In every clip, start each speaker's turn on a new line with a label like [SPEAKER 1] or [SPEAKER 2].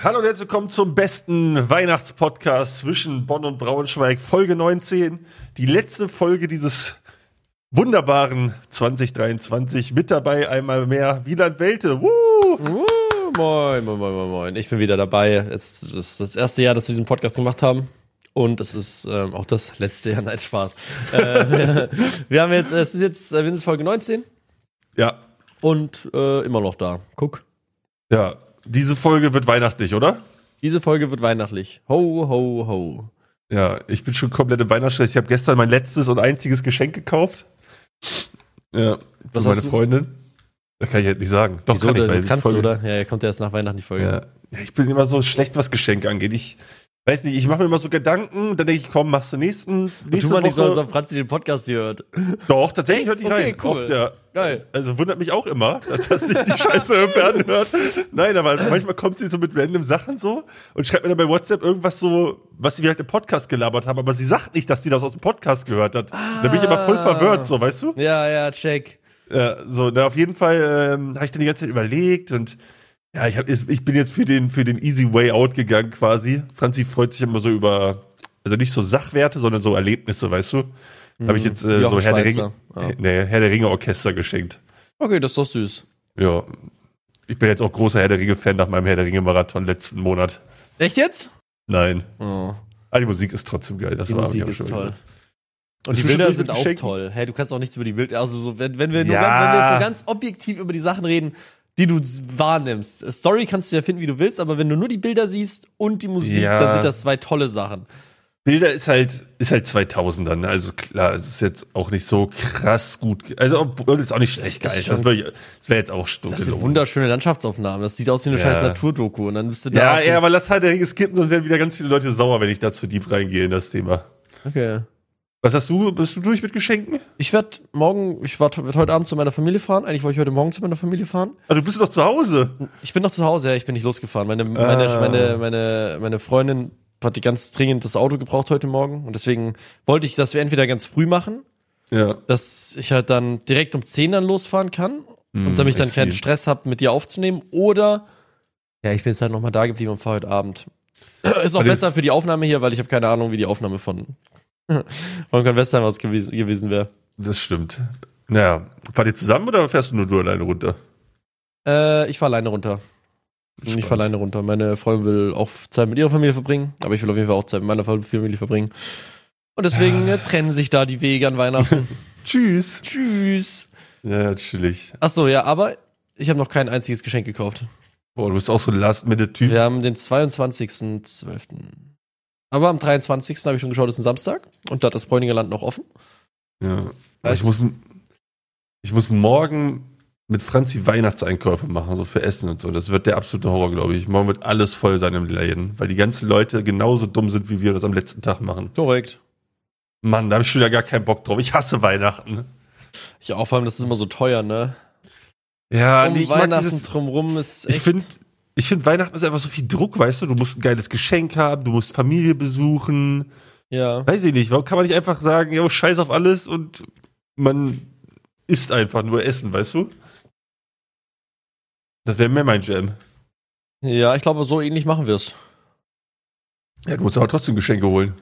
[SPEAKER 1] Hallo und herzlich willkommen zum besten Weihnachtspodcast zwischen Bonn und Braunschweig, Folge 19. Die letzte Folge dieses wunderbaren 2023. Mit dabei einmal mehr Wieland Welte. Woo!
[SPEAKER 2] Uh, moin, moin, moin, moin, moin. Ich bin wieder dabei. Es ist das erste Jahr, dass wir diesen Podcast gemacht haben. Und es ist ähm, auch das letzte Jahr. Nein, Spaß. äh, wir, wir haben jetzt, es ist jetzt, äh, wir sind jetzt Folge 19
[SPEAKER 1] Ja,
[SPEAKER 2] und äh, immer noch da. Guck.
[SPEAKER 1] ja. Diese Folge wird weihnachtlich, oder?
[SPEAKER 2] Diese Folge wird weihnachtlich. Ho, ho, ho.
[SPEAKER 1] Ja, ich bin schon komplett im Weihnachtsstress. Ich habe gestern mein letztes und einziges Geschenk gekauft. Ja,
[SPEAKER 2] Was
[SPEAKER 1] für meine
[SPEAKER 2] hast du?
[SPEAKER 1] Freundin. Das kann ich halt nicht sagen. Doch,
[SPEAKER 2] Wieso,
[SPEAKER 1] kann ich, weil
[SPEAKER 2] das
[SPEAKER 1] die
[SPEAKER 2] kannst du,
[SPEAKER 1] Folge-
[SPEAKER 2] oder? Ja, ja, kommt ja erst nach Weihnachten die Folge.
[SPEAKER 1] Ja. Ja, Ich bin immer so schlecht, was Geschenke angeht. Ich weiß nicht, ich mache mir immer so Gedanken, dann denke ich, komm, machst du nächsten,
[SPEAKER 2] tu
[SPEAKER 1] nächste
[SPEAKER 2] mal nicht so, als
[SPEAKER 1] Woche.
[SPEAKER 2] ob Franzi den Podcast hier hört.
[SPEAKER 1] Doch, tatsächlich hört die
[SPEAKER 2] Okay,
[SPEAKER 1] rein.
[SPEAKER 2] cool.
[SPEAKER 1] Oft, ja.
[SPEAKER 2] Geil.
[SPEAKER 1] Also wundert mich auch immer, dass ich die Scheiße im Fernsehen hört. Nein, aber manchmal kommt sie so mit random Sachen so und schreibt mir dann bei WhatsApp irgendwas so, was wir halt im Podcast gelabert haben, aber sie sagt nicht, dass sie das aus dem Podcast gehört hat. Da bin ich immer voll verwirrt, so, weißt du?
[SPEAKER 2] Ja, ja, check.
[SPEAKER 1] Ja, Äh, so, na, auf jeden Fall ähm, habe ich dann die ganze Zeit überlegt und ja, ich, hab, ich bin jetzt für den, für den Easy Way Out gegangen quasi. Franzi freut sich immer so über, also nicht so Sachwerte, sondern so Erlebnisse, weißt du? Habe ich jetzt äh,
[SPEAKER 2] Jochen
[SPEAKER 1] so Herr der, Ringe,
[SPEAKER 2] Schweizer, ja.
[SPEAKER 1] nee, Herr der Ringe Orchester geschenkt.
[SPEAKER 2] Okay, das ist doch süß.
[SPEAKER 1] Ja. Ich bin jetzt auch großer Herr der Ringe-Fan nach meinem Herr der Ringe-Marathon letzten Monat.
[SPEAKER 2] Echt jetzt?
[SPEAKER 1] Nein.
[SPEAKER 2] Oh.
[SPEAKER 1] Aber die Musik ist trotzdem geil. Das
[SPEAKER 2] Die
[SPEAKER 1] war
[SPEAKER 2] Musik
[SPEAKER 1] hab ich
[SPEAKER 2] ist
[SPEAKER 1] schon
[SPEAKER 2] toll.
[SPEAKER 1] gesagt.
[SPEAKER 2] Und die
[SPEAKER 1] Zwischen
[SPEAKER 2] Bilder
[SPEAKER 1] den
[SPEAKER 2] sind auch
[SPEAKER 1] Geschenken-
[SPEAKER 2] toll. Hey, du kannst auch nichts über die Bilder, also so, wenn, wenn wir nur
[SPEAKER 1] Ja.
[SPEAKER 2] ganz, wenn wir jetzt so ganz objektiv über die Sachen reden, die du s- wahrnimmst. Story kannst du ja finden, wie du willst, aber wenn du nur die Bilder siehst und die Musik,
[SPEAKER 1] Ja.
[SPEAKER 2] dann sind das zwei tolle Sachen.
[SPEAKER 1] Bilder ist halt, ist halt 2000er. Ne? Also klar, es ist jetzt auch nicht so krass gut. ge- Also ob- ist auch nicht schlecht
[SPEAKER 2] Das ist
[SPEAKER 1] geil.
[SPEAKER 2] schon-
[SPEAKER 1] Das, würd ich- das wäre jetzt auch stumm.
[SPEAKER 2] Das sind wunderschöne Landschaftsaufnahmen. Das sieht aus wie eine
[SPEAKER 1] Ja.
[SPEAKER 2] scheiß Naturdoku. Und dann bist du da.
[SPEAKER 1] Ja,
[SPEAKER 2] auf dem-
[SPEAKER 1] ja, aber lass halt der Ringe skippen, sonst werden wieder ganz viele Leute sauer, wenn ich da zu deep reingehe in das Thema.
[SPEAKER 2] Okay.
[SPEAKER 1] Was hast du? Bist du durch mit Geschenken?
[SPEAKER 2] Ich werde morgen, ich werd werd heute Abend zu meiner Familie fahren. Eigentlich wollte ich heute Morgen zu meiner Familie fahren.
[SPEAKER 1] Ah, du bist doch zu Hause.
[SPEAKER 2] Ich bin noch zu Hause, ja, ich bin nicht losgefahren. Meine, meine,
[SPEAKER 1] Ah.
[SPEAKER 2] meine, meine, meine Freundin hat die ganz dringend das Auto gebraucht heute Morgen. Und deswegen wollte ich, dass wir entweder ganz früh machen,
[SPEAKER 1] Ja.
[SPEAKER 2] dass ich halt dann direkt um 10 dann losfahren kann
[SPEAKER 1] Hm,
[SPEAKER 2] und damit ich dann
[SPEAKER 1] Mm, I
[SPEAKER 2] keinen
[SPEAKER 1] see.
[SPEAKER 2] Stress habe, mit dir aufzunehmen. Oder ja, ich bin jetzt halt nochmal da geblieben und fahre heute Abend. Ist auch
[SPEAKER 1] Warte.
[SPEAKER 2] besser für die Aufnahme hier, weil ich habe keine Ahnung, wie die Aufnahme von von Convestheim was gewesen, gewesen wäre.
[SPEAKER 1] Das stimmt. Naja, fahrt ihr zusammen oder fährst du nur du alleine runter?
[SPEAKER 2] Äh, ich fahre alleine runter. Ich fahre
[SPEAKER 1] Spannend.
[SPEAKER 2] alleine runter. Meine Freundin will auch Zeit mit ihrer Familie verbringen, aber ich will auf jeden Fall auch Zeit mit meiner Familie verbringen. Und deswegen
[SPEAKER 1] Ah.
[SPEAKER 2] äh, trennen sich da die Wege an Weihnachten.
[SPEAKER 1] Tschüss.
[SPEAKER 2] Tschüss.
[SPEAKER 1] Ja, chillig.
[SPEAKER 2] Achso, ja, aber ich habe noch kein einziges Geschenk gekauft.
[SPEAKER 1] Boah, du bist auch so ein Last-Minute-Typ.
[SPEAKER 2] Wir haben den 22.12. Aber am 23. habe ich schon geschaut, ist ein Samstag und da hat das Bräuninger Land noch offen.
[SPEAKER 1] Ja. Aber
[SPEAKER 2] Weißt-
[SPEAKER 1] Ich muss, ich muss morgen mit Franzi Weihnachtseinkäufe machen, so für Essen und so. Das wird der absolute Horror, glaube ich. Morgen wird alles voll sein im Läden, weil die ganzen Leute genauso dumm sind, wie wir das am letzten Tag machen.
[SPEAKER 2] Korrekt.
[SPEAKER 1] Mann, da habe ich schon wieder gar keinen Bock drauf. Ich hasse Weihnachten.
[SPEAKER 2] Ich auch, vor allem, das ist immer so teuer, ne?
[SPEAKER 1] Ja,
[SPEAKER 2] Um
[SPEAKER 1] nee, ich mag
[SPEAKER 2] Weihnachten
[SPEAKER 1] dieses-
[SPEAKER 2] drumrum ist echt.
[SPEAKER 1] Ich finde, ich find Weihnachten ist einfach so viel Druck, weißt du? Du musst ein geiles Geschenk haben, du musst Familie besuchen.
[SPEAKER 2] ja.
[SPEAKER 1] Weiß ich nicht, warum kann man nicht einfach sagen, ja, scheiß auf alles und man isst einfach nur Essen, weißt du? Das wäre mehr mein Jam.
[SPEAKER 2] ja, ich glaube, so ähnlich machen wir es.
[SPEAKER 1] Ja, du musst aber trotzdem Geschenke holen.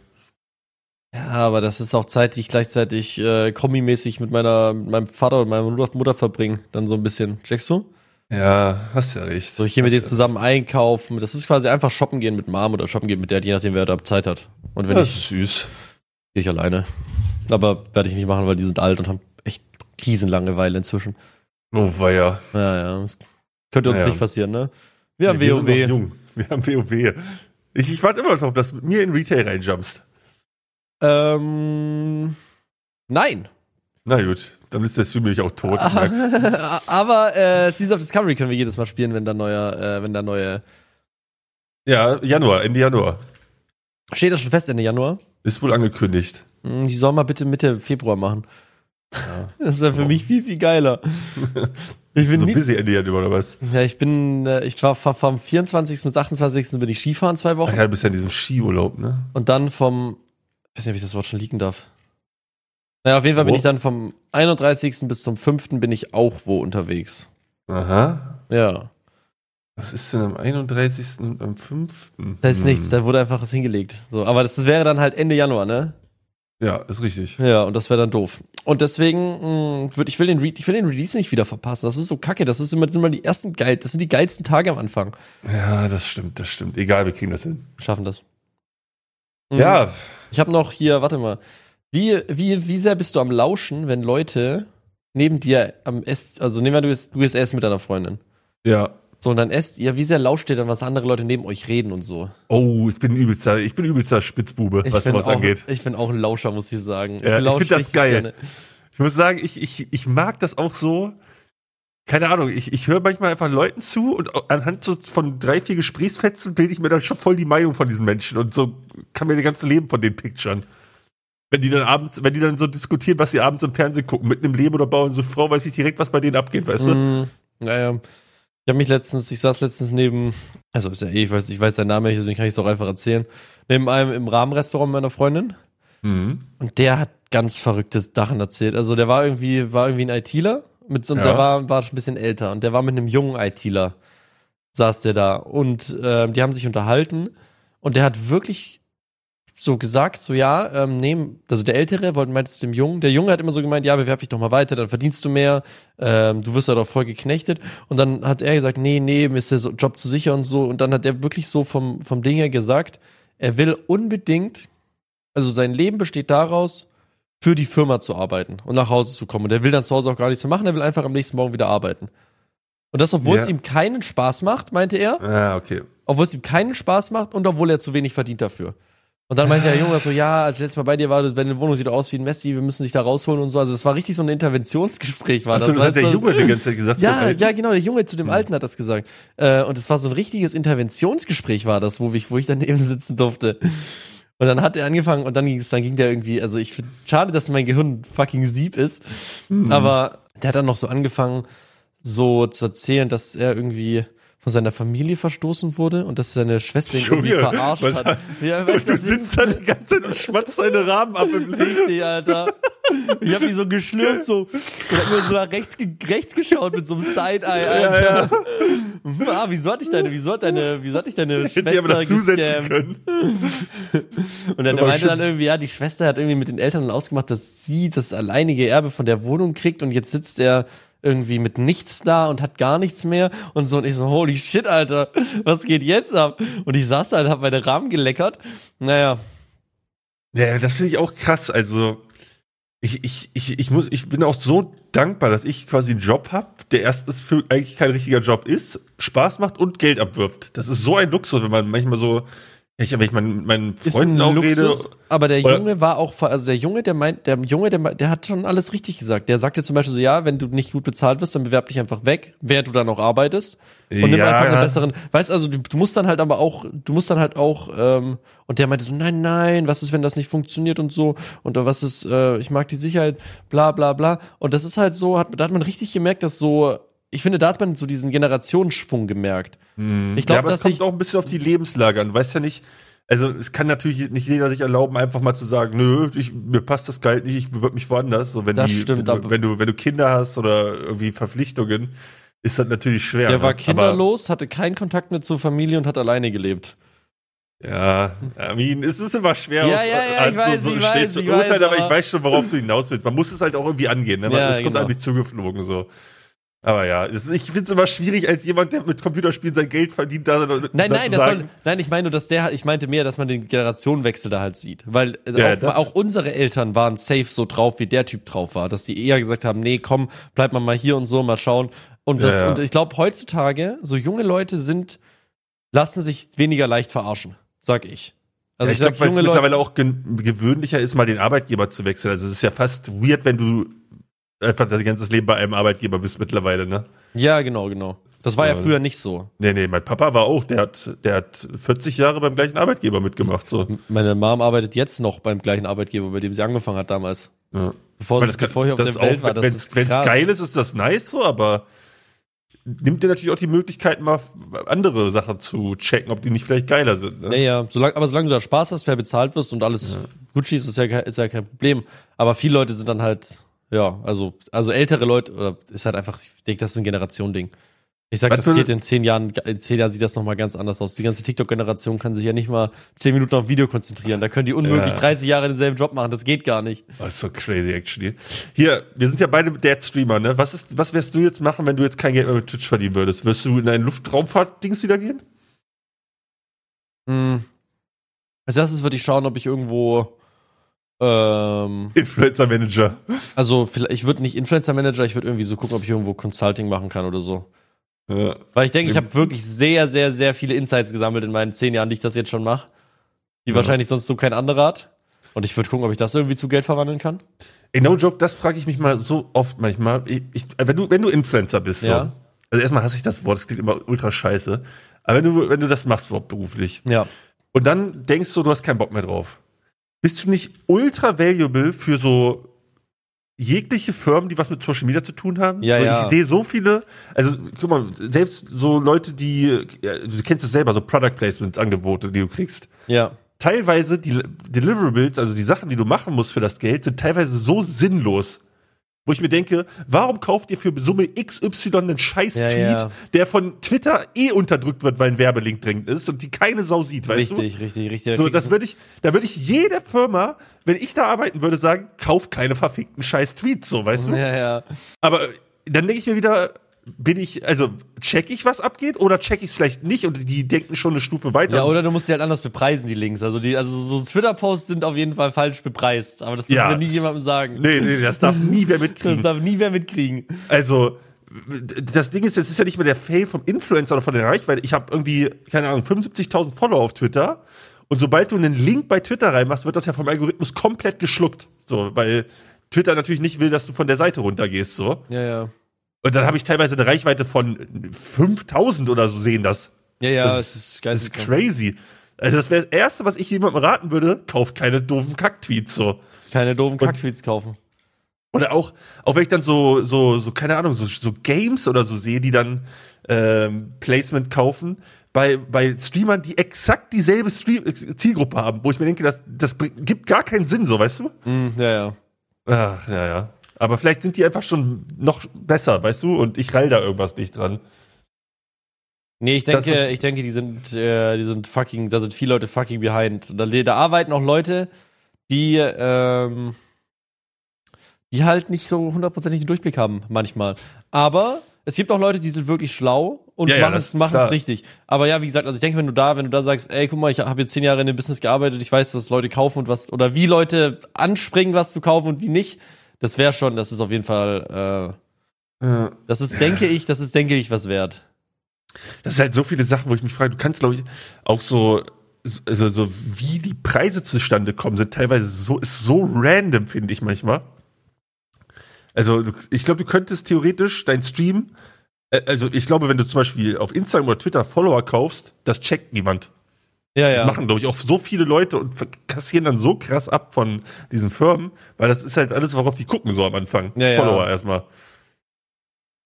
[SPEAKER 2] Ja, aber das ist auch Zeit, die ich gleichzeitig äh, kombimäßig mit meiner mit meinem Vater und meiner Mutter, Mutter verbringe, dann so ein bisschen. Checkst du?
[SPEAKER 1] Ja, hast ja recht.
[SPEAKER 2] So ich gehe mit
[SPEAKER 1] Hast
[SPEAKER 2] denen zusammen einkaufen. Das ist quasi einfach shoppen gehen mit Mom oder shoppen gehen mit Dad, je nachdem wer da Zeit hat. Und
[SPEAKER 1] Ja,
[SPEAKER 2] wenn
[SPEAKER 1] das
[SPEAKER 2] ich
[SPEAKER 1] ist süß.
[SPEAKER 2] gehe ich alleine. Aber werde ich nicht machen, weil die sind alt und haben echt riesen Langeweile inzwischen.
[SPEAKER 1] Oh, weia.
[SPEAKER 2] Ja, ja. Das könnte uns
[SPEAKER 1] Ja.
[SPEAKER 2] nicht passieren, ne? Wir haben
[SPEAKER 1] Nee, sind noch
[SPEAKER 2] WoW.
[SPEAKER 1] jung. Wir haben WoW. Ich, ich warte immer noch drauf, dass du mit mir in Retail reinjumpst.
[SPEAKER 2] Ähm, nein.
[SPEAKER 1] Na gut, dann ist der Stream nämlich auch tot. du merkst.
[SPEAKER 2] aber äh, Seas of Discovery können wir jedes Mal spielen, wenn da neuer, äh, wenn da neue.
[SPEAKER 1] Ja, Januar, Ende Januar.
[SPEAKER 2] Steht das schon fest Ende Januar?
[SPEAKER 1] Ist wohl angekündigt.
[SPEAKER 2] Hm, Die soll mal bitte Mitte Februar machen.
[SPEAKER 1] Ja.
[SPEAKER 2] Das wäre für mich viel, viel geiler. Ich
[SPEAKER 1] Ist
[SPEAKER 2] bin,
[SPEAKER 1] so
[SPEAKER 2] nie,
[SPEAKER 1] busy Ende Januar oder was?
[SPEAKER 2] ja, ich bin, äh, ich war, war vom 24. bis 28. bin ich Skifahren zwei
[SPEAKER 1] Ach
[SPEAKER 2] Wochen
[SPEAKER 1] ja, du bist ja in diesem Skiurlaub, ne?
[SPEAKER 2] und dann vom, ich weiß nicht, ob ich das Wort schon liegen darf. Naja, auf jeden Fall bin
[SPEAKER 1] Wo?
[SPEAKER 2] ich dann vom 31. bis zum 5. bin ich auch wo unterwegs.
[SPEAKER 1] Aha.
[SPEAKER 2] Ja.
[SPEAKER 1] Was ist denn am 31. und am 5.?
[SPEAKER 2] Da ist nichts, da wurde einfach was hingelegt. So, aber das wäre dann halt Ende Januar, ne?
[SPEAKER 1] Ja, ist richtig.
[SPEAKER 2] Ja, und das wäre dann doof. Und deswegen mh, würd, ich will den Re ich will den Release nicht wieder verpassen. Das ist so kacke. Das ist immer, das sind immer die ersten geil, das sind die geilsten Tage am Anfang.
[SPEAKER 1] Ja, das stimmt, das stimmt. Egal, wir kriegen das hin.
[SPEAKER 2] Wir schaffen das. Mhm.
[SPEAKER 1] Ja,
[SPEAKER 2] Ich habe noch hier, warte mal. Wie, wie, wie sehr bist du am Lauschen, wenn Leute neben dir am Ess, also nehmen wir, du bist, du gehst essen mit deiner Freundin.
[SPEAKER 1] ja.
[SPEAKER 2] So, und dann esst ihr, wie sehr lauscht ihr dann, was andere Leute neben euch reden und so.
[SPEAKER 1] Oh, ich bin übelster, ich bin übelster Spitzbube, was
[SPEAKER 2] bin
[SPEAKER 1] sowas
[SPEAKER 2] auch,
[SPEAKER 1] angeht.
[SPEAKER 2] Ich bin auch ein Lauscher, muss ich sagen.
[SPEAKER 1] Ja, ich
[SPEAKER 2] lausche
[SPEAKER 1] find das
[SPEAKER 2] richtig
[SPEAKER 1] geil.
[SPEAKER 2] gerne.
[SPEAKER 1] Ich muss sagen, ich, ich, ich mag das auch so. Keine Ahnung, ich, ich höre manchmal einfach Leuten zu und anhand so von drei, vier Gesprächsfetzen bilde ich mir dann schon voll die Meinung von diesen Menschen und so kann mir das ganze Leben von denen picturen. Wenn die dann abends, wenn die dann so diskutieren, was sie abends im Fernsehen gucken, mit einem Leben oder bauen, so Frau, weiß ich direkt, was bei denen abgeht, weißt du?
[SPEAKER 2] Mm, naja. Ich habe mich letztens, ich saß letztens neben, also ist ja eh, ich weiß, ich weiß seinen Namen nicht, deswegen kann ich es auch einfach erzählen. Neben einem im Rahmenrestaurant meiner Freundin.
[SPEAKER 1] Mhm.
[SPEAKER 2] Und der hat ganz verrückte Sachen erzählt. Also der war irgendwie, war irgendwie ein ITler mit so, und
[SPEAKER 1] Ja.
[SPEAKER 2] der war, war schon ein bisschen älter und der war mit einem jungen ITler, saß der da. Und ähm, die haben sich unterhalten und der hat wirklich so gesagt, so ja, ähm, nehmen, also der Ältere wollte meinte zu dem Jungen, der Junge hat immer so gemeint, ja, bewerb dich doch mal weiter, dann verdienst du mehr, ähm, du wirst ja doch voll geknechtet. Und dann hat er gesagt, nee, nee, mir ist der so- Job zu sicher und so. Und dann hat er wirklich so vom, vom Ding her gesagt, er will unbedingt also sein Leben besteht daraus, für die Firma zu arbeiten und nach Hause zu kommen. Und er will dann zu Hause auch gar nichts mehr machen, er will einfach am nächsten Morgen wieder arbeiten. Und das, obwohl
[SPEAKER 1] Ja.
[SPEAKER 2] es ihm keinen Spaß macht, meinte er,
[SPEAKER 1] Ah, okay.
[SPEAKER 2] obwohl es ihm keinen Spaß macht und obwohl er zu wenig verdient dafür. Und dann meinte der Junge so, ja, als ich letztes Mal bei dir war, deine Wohnung sieht aus wie ein Messi, wir müssen dich da rausholen und so. Also es war richtig so ein Interventionsgespräch, war
[SPEAKER 1] Also, das,
[SPEAKER 2] das.
[SPEAKER 1] hat der
[SPEAKER 2] weißt du?
[SPEAKER 1] Junge die ganze Zeit gesagt.
[SPEAKER 2] Ja,
[SPEAKER 1] so,
[SPEAKER 2] ja, genau, der Junge zu dem Alten hat das gesagt. Äh, und es war so ein richtiges Interventionsgespräch war das, wo ich, wo ich daneben sitzen durfte. Und dann hat er angefangen und dann ging es, dann ging der irgendwie, also ich finde, schade, dass mein Gehirn ein fucking Sieb ist, aber der hat dann noch so angefangen, so zu erzählen, dass er irgendwie von seiner Familie verstoßen wurde und dass seine Schwester ihn irgendwie
[SPEAKER 1] Junge,
[SPEAKER 2] verarscht
[SPEAKER 1] was-
[SPEAKER 2] hat. Ja,
[SPEAKER 1] Und
[SPEAKER 2] weißt
[SPEAKER 1] du
[SPEAKER 2] das sind-
[SPEAKER 1] sitzt da die ganze Zeit und schmatzt deine Rahmen ab im Leben.
[SPEAKER 2] Richtig, Alter. Ich hab die so geschlürft, so. Ich hab mir so nach rechts, ge- rechts geschaut mit so einem Side-Eye, Alter. Hm, Ah, wieso hatte ich deine, wieso hat deine, wieso hat dich deine
[SPEAKER 1] Hätte ich aber
[SPEAKER 2] Schwester
[SPEAKER 1] noch zusetzen
[SPEAKER 2] gescammt?
[SPEAKER 1] können.
[SPEAKER 2] Und dann
[SPEAKER 1] Aber
[SPEAKER 2] meinte
[SPEAKER 1] stimmt.
[SPEAKER 2] dann irgendwie, ja, die Schwester hat irgendwie mit den Eltern ausgemacht, dass sie das alleinige Erbe von der Wohnung kriegt und jetzt sitzt er irgendwie mit nichts da und hat gar nichts mehr und so und ich so, holy shit, Alter, was geht jetzt ab? Und ich saß da und hab meine Rahmen geleckert. Naja,
[SPEAKER 1] Ja, das finde ich auch krass. Also, ich, ich, ich, ich, muss, ich bin auch so dankbar, dass ich quasi einen Job habe, der erstens für eigentlich kein richtiger Job ist, Spaß macht und Geld abwirft. Das ist so ein Luxus, wenn man manchmal so, ich, wenn ich mein, mit meinen Freunden auch rede.
[SPEAKER 2] aber der
[SPEAKER 1] Oder-
[SPEAKER 2] Junge war auch, ver- also der Junge, der meint, der Junge, der, meint- der hat schon alles richtig gesagt. Der sagte zum Beispiel so, ja, wenn du nicht gut bezahlt wirst, dann bewerb dich einfach weg, während du da noch arbeitest und nimm
[SPEAKER 1] Ja.
[SPEAKER 2] einfach einen besseren. Weißt also, du, du musst dann halt aber auch, du musst dann halt auch. Ähm, und der meinte so, nein, nein, was ist, wenn das nicht funktioniert und so und äh, was ist, äh, ich mag die Sicherheit, bla, bla, bla. Und das ist halt so, hat, da hat man richtig gemerkt, dass so, ich finde, da hat man so diesen Generationsschwung gemerkt. Ich
[SPEAKER 1] ja,
[SPEAKER 2] glaube,
[SPEAKER 1] aber es
[SPEAKER 2] dass ich
[SPEAKER 1] kommt auch ein bisschen auf die Lebenslage an. Du weißt ja nicht, also es kann natürlich nicht jeder sich erlauben, einfach mal zu sagen, nö, ich, mir passt das Geld nicht, ich bewirb mich woanders. So, wenn,
[SPEAKER 2] Das
[SPEAKER 1] die,
[SPEAKER 2] stimmt,
[SPEAKER 1] wenn,
[SPEAKER 2] aber-
[SPEAKER 1] du, wenn, du, wenn du Kinder hast oder irgendwie Verpflichtungen, ist das natürlich schwer.
[SPEAKER 2] Der
[SPEAKER 1] ne?
[SPEAKER 2] war
[SPEAKER 1] Aber-
[SPEAKER 2] kinderlos, hatte keinen Kontakt mehr zur Familie und hat alleine gelebt.
[SPEAKER 1] Ja, Armin, es ist immer schwer,
[SPEAKER 2] Ja, ja, ja, ich weiß, ich weiß,
[SPEAKER 1] schnell zu
[SPEAKER 2] ich weiß,
[SPEAKER 1] urteilen, aber ich
[SPEAKER 2] aber-
[SPEAKER 1] weiß schon, worauf du hinaus willst. Man muss es halt auch irgendwie angehen, ne? Man,
[SPEAKER 2] Ja,
[SPEAKER 1] es kommt
[SPEAKER 2] genau.
[SPEAKER 1] einem nicht zugeflogen so. Aber ja, es, ich finde es immer schwierig, als jemand, der mit Computerspielen sein Geld verdient, da
[SPEAKER 2] Nein,
[SPEAKER 1] da
[SPEAKER 2] nein,
[SPEAKER 1] zu
[SPEAKER 2] das
[SPEAKER 1] sagen,
[SPEAKER 2] soll, nein, ich meine nur, dass der, ich meinte mehr, dass man den Generationenwechsel da halt sieht. Weil äh,
[SPEAKER 1] Ja,
[SPEAKER 2] auch,
[SPEAKER 1] das-
[SPEAKER 2] auch unsere Eltern waren safe so drauf, wie der Typ drauf war, dass die eher gesagt haben, nee, komm, bleib mal mal hier und so, mal schauen. Und, das,
[SPEAKER 1] Ja, ja.
[SPEAKER 2] und ich glaube, heutzutage, so junge Leute sind, lassen sich weniger leicht verarschen, sag ich. Also
[SPEAKER 1] ja,
[SPEAKER 2] ich,
[SPEAKER 1] ich
[SPEAKER 2] sag,
[SPEAKER 1] glaube, weil es
[SPEAKER 2] junge Leute,
[SPEAKER 1] mittlerweile auch gen- gewöhnlicher ist, mal den Arbeitgeber zu wechseln. Also es ist ja fast weird, wenn du einfach dein ganzes Leben bei einem Arbeitgeber bist mittlerweile, ne?
[SPEAKER 2] ja, genau, genau. Das war ja
[SPEAKER 1] Ja.
[SPEAKER 2] früher nicht so.
[SPEAKER 1] Nee, nee, mein Papa war auch, der hat, der hat 40 Jahre beim gleichen Arbeitgeber mitgemacht, so.
[SPEAKER 2] Meine Mom arbeitet jetzt noch beim gleichen Arbeitgeber, bei dem sie angefangen hat damals.
[SPEAKER 1] Ja.
[SPEAKER 2] Bevor,
[SPEAKER 1] Weil
[SPEAKER 2] sie,
[SPEAKER 1] das kann-
[SPEAKER 2] bevor ich auf
[SPEAKER 1] das
[SPEAKER 2] der
[SPEAKER 1] ist
[SPEAKER 2] Welt war, das
[SPEAKER 1] wenn's,
[SPEAKER 2] ist
[SPEAKER 1] wenn's
[SPEAKER 2] krass.
[SPEAKER 1] geil ist, ist das nice so, aber nimmt dir natürlich auch die Möglichkeit, mal f- andere Sachen zu checken, ob die nicht vielleicht geiler sind. Ne?
[SPEAKER 2] Naja, solange, aber solange du da Spaß hast, fair bezahlt wirst und alles gut schießt, ist ja, ke- ist ja kein Problem. Aber viele Leute sind dann halt, ja, also, also ältere Leute, oder ist halt einfach, ich denke, das ist ein Generation-Ding. Ich sag,
[SPEAKER 1] Weißt
[SPEAKER 2] das
[SPEAKER 1] du-
[SPEAKER 2] geht in zehn Jahren, in zehn Jahren sieht das nochmal ganz anders aus. Die ganze TikTok-Generation kann sich ja nicht mal zehn Minuten auf Video konzentrieren. Da können die unmöglich
[SPEAKER 1] Ja.
[SPEAKER 2] 30 Jahre denselben Job machen. Das geht gar nicht.
[SPEAKER 1] Das ist so crazy, actually. Hier, wir sind ja beide Dad-Streamer, ne? Was, ist, was wirst du jetzt machen, wenn du jetzt kein Geld mehr mit Twitch verdienen würdest? Wirst du in ein Luftraumfahrt-Dings wieder gehen?
[SPEAKER 2] Hm. Als erstes würde ich schauen, ob ich irgendwo, ähm,
[SPEAKER 1] Influencer-Manager.
[SPEAKER 2] also vielleicht, ich würde nicht Influencer-Manager, ich würde irgendwie so gucken, ob ich irgendwo Consulting machen kann oder so.
[SPEAKER 1] Ja.
[SPEAKER 2] Weil ich denke, ich habe wirklich sehr, sehr, sehr viele Insights gesammelt in meinen zehn Jahren, die ich das jetzt schon mache. Die
[SPEAKER 1] Ja.
[SPEAKER 2] wahrscheinlich sonst so kein anderer hat. Und ich würde gucken, ob ich das irgendwie zu Geld verwandeln kann.
[SPEAKER 1] Ey, no joke, das frage ich mich mal so oft manchmal. Ich, ich, äh, wenn, du, wenn du Influencer bist, so.
[SPEAKER 2] Ja.
[SPEAKER 1] Also erstmal hasse ich das Wort, das klingt immer ultra scheiße. Aber wenn du, wenn du das machst überhaupt beruflich
[SPEAKER 2] Ja.
[SPEAKER 1] und dann denkst du, du hast keinen Bock mehr drauf, bist du nicht ultra valuable für so jegliche Firmen, die was mit Social Media zu tun haben?
[SPEAKER 2] Ja,
[SPEAKER 1] Weil
[SPEAKER 2] ja.
[SPEAKER 1] Ich sehe so viele, also guck mal, selbst so Leute, die, ja, du kennst es selber, so Product Placements Angebote, die du kriegst
[SPEAKER 2] Ja.
[SPEAKER 1] teilweise die Deliverables, also die Sachen, die du machen musst für das Geld, sind teilweise so sinnlos. Wo ich mir denke, warum kauft ihr für Summe XY einen Scheiß-Tweet,
[SPEAKER 2] Ja, ja.
[SPEAKER 1] der von Twitter eh unterdrückt wird, weil ein Werbelink drin ist und die keine Sau sieht, weißt
[SPEAKER 2] richtig, richtig, richtig. Da
[SPEAKER 1] du? So,
[SPEAKER 2] kriegst
[SPEAKER 1] das
[SPEAKER 2] du-
[SPEAKER 1] würde ich, da würde ich jeder Firma, wenn ich da arbeiten würde, sagen, kauft keine verfickten Scheiß-Tweets, so, weißt du?
[SPEAKER 2] ja, ja.
[SPEAKER 1] Aber dann denke ich mir wieder, bin ich, also check ich, was abgeht, oder check ich es vielleicht nicht und die denken schon eine Stufe weiter.
[SPEAKER 2] Ja, oder du musst die halt anders bepreisen, die Links. Also, die, also so Twitter-Posts sind auf jeden Fall falsch bepreist. Aber das
[SPEAKER 1] Ja.
[SPEAKER 2] dürfen wir nie jemandem sagen.
[SPEAKER 1] Nee, nee, das darf nie wer mitkriegen.
[SPEAKER 2] Das darf nie wer mitkriegen.
[SPEAKER 1] Also, d- das Ding ist, das ist ja nicht mehr der Fail vom Influencer oder von der Reichweite. Ich habe irgendwie, keine Ahnung, 75.000 Follower auf Twitter. Und sobald du einen Link bei Twitter reinmachst, wird das ja vom Algorithmus komplett geschluckt. So, weil Twitter natürlich nicht will, dass du von der Seite runtergehst. So.
[SPEAKER 2] Ja, ja.
[SPEAKER 1] Und dann habe ich teilweise eine Reichweite von 5000 oder so sehen das.
[SPEAKER 2] Ja, ja,
[SPEAKER 1] Das
[SPEAKER 2] es
[SPEAKER 1] ist-
[SPEAKER 2] ist
[SPEAKER 1] Das ist
[SPEAKER 2] geisteskrank.
[SPEAKER 1] crazy. Also, das wäre das Erste, was ich jemandem raten würde: kauft keine doofen Kacktweets. So.
[SPEAKER 2] Keine doofen Kacktweets kaufen.
[SPEAKER 1] Oder auch, auch wenn ich dann so, so, so, keine Ahnung, so, so Games oder so sehe, die dann ähm, Placement kaufen, bei, bei Streamern, die exakt dieselbe Stream äh, Zielgruppe haben, wo ich mir denke, das, das bringt- gibt gar keinen Sinn, so, weißt du?
[SPEAKER 2] Hm, ja, ja.
[SPEAKER 1] Ach, ja, ja. Aber vielleicht sind die einfach schon noch besser, weißt du? Und ich rall da irgendwas nicht dran.
[SPEAKER 2] Nee, ich
[SPEAKER 1] Das
[SPEAKER 2] denke,
[SPEAKER 1] ist-
[SPEAKER 2] ich denke, die sind, äh, die sind fucking, da sind viele Leute fucking behind. Und da, da arbeiten auch Leute, die, ähm, die halt nicht so hundertprozentigen Durchblick haben manchmal. Aber es gibt auch Leute, die sind wirklich schlau und
[SPEAKER 1] Ja, ja,
[SPEAKER 2] machen
[SPEAKER 1] das
[SPEAKER 2] es
[SPEAKER 1] ist
[SPEAKER 2] machen es
[SPEAKER 1] klar.
[SPEAKER 2] also
[SPEAKER 1] Das
[SPEAKER 2] äh,
[SPEAKER 1] sind halt so viele Sachen, wo ich mich frage, du kannst, glaube ich, auch so, also, so, wie die Preise zustande kommen, sind teilweise so, ist so random, finde ich manchmal. Also, du- ich glaube, du könntest theoretisch dein Stream, äh, also, ich glaube, wenn du zum Beispiel auf Instagram oder Twitter Follower kaufst, das checkt niemand.
[SPEAKER 2] Ja, ja.
[SPEAKER 1] Das machen, glaube ich, auch so viele Leute und ver- kassieren dann so krass ab von diesen Firmen, weil das ist halt alles, worauf die gucken, so am Anfang.
[SPEAKER 2] Ja, ja.
[SPEAKER 1] Follower erstmal.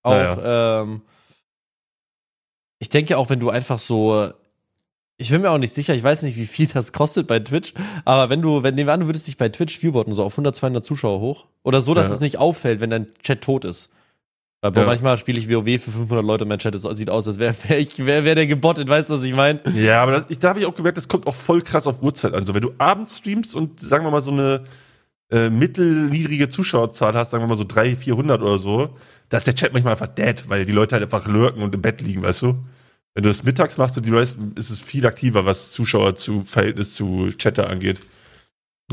[SPEAKER 2] Auch,
[SPEAKER 1] Naja.
[SPEAKER 2] ähm, ich denke auch, wenn du einfach so, ich bin mir auch nicht sicher, ich weiß nicht, wie viel das kostet bei Twitch, aber wenn du, wenn nehmen wir an, du würdest dich bei Twitch viewboarden, so auf 100, 200 Zuschauer hoch, oder so, dass
[SPEAKER 1] Ja.
[SPEAKER 2] es nicht auffällt, wenn dein Chat tot ist. Weil boah,
[SPEAKER 1] Ja.
[SPEAKER 2] manchmal spiele ich WoW für 500 Leute und mein Chat ist, sieht aus, als wäre wär ich- wär, wär der gebottet, weißt du, was ich meine?
[SPEAKER 1] Ja, aber das, ich, da habe ich auch gemerkt, das kommt auch voll krass auf Uhrzeit an. So, wenn du abends streamst und sagen wir mal so eine äh, mittelniedrige Zuschauerzahl hast, sagen wir mal so 300, 400 oder so, da ist der Chat manchmal einfach dead, weil die Leute halt einfach lurken und im Bett liegen, weißt du? Wenn du das mittags machst, sind die meisten, ist es viel aktiver, was Zuschauer zu Verhältnis zu Chatter angeht.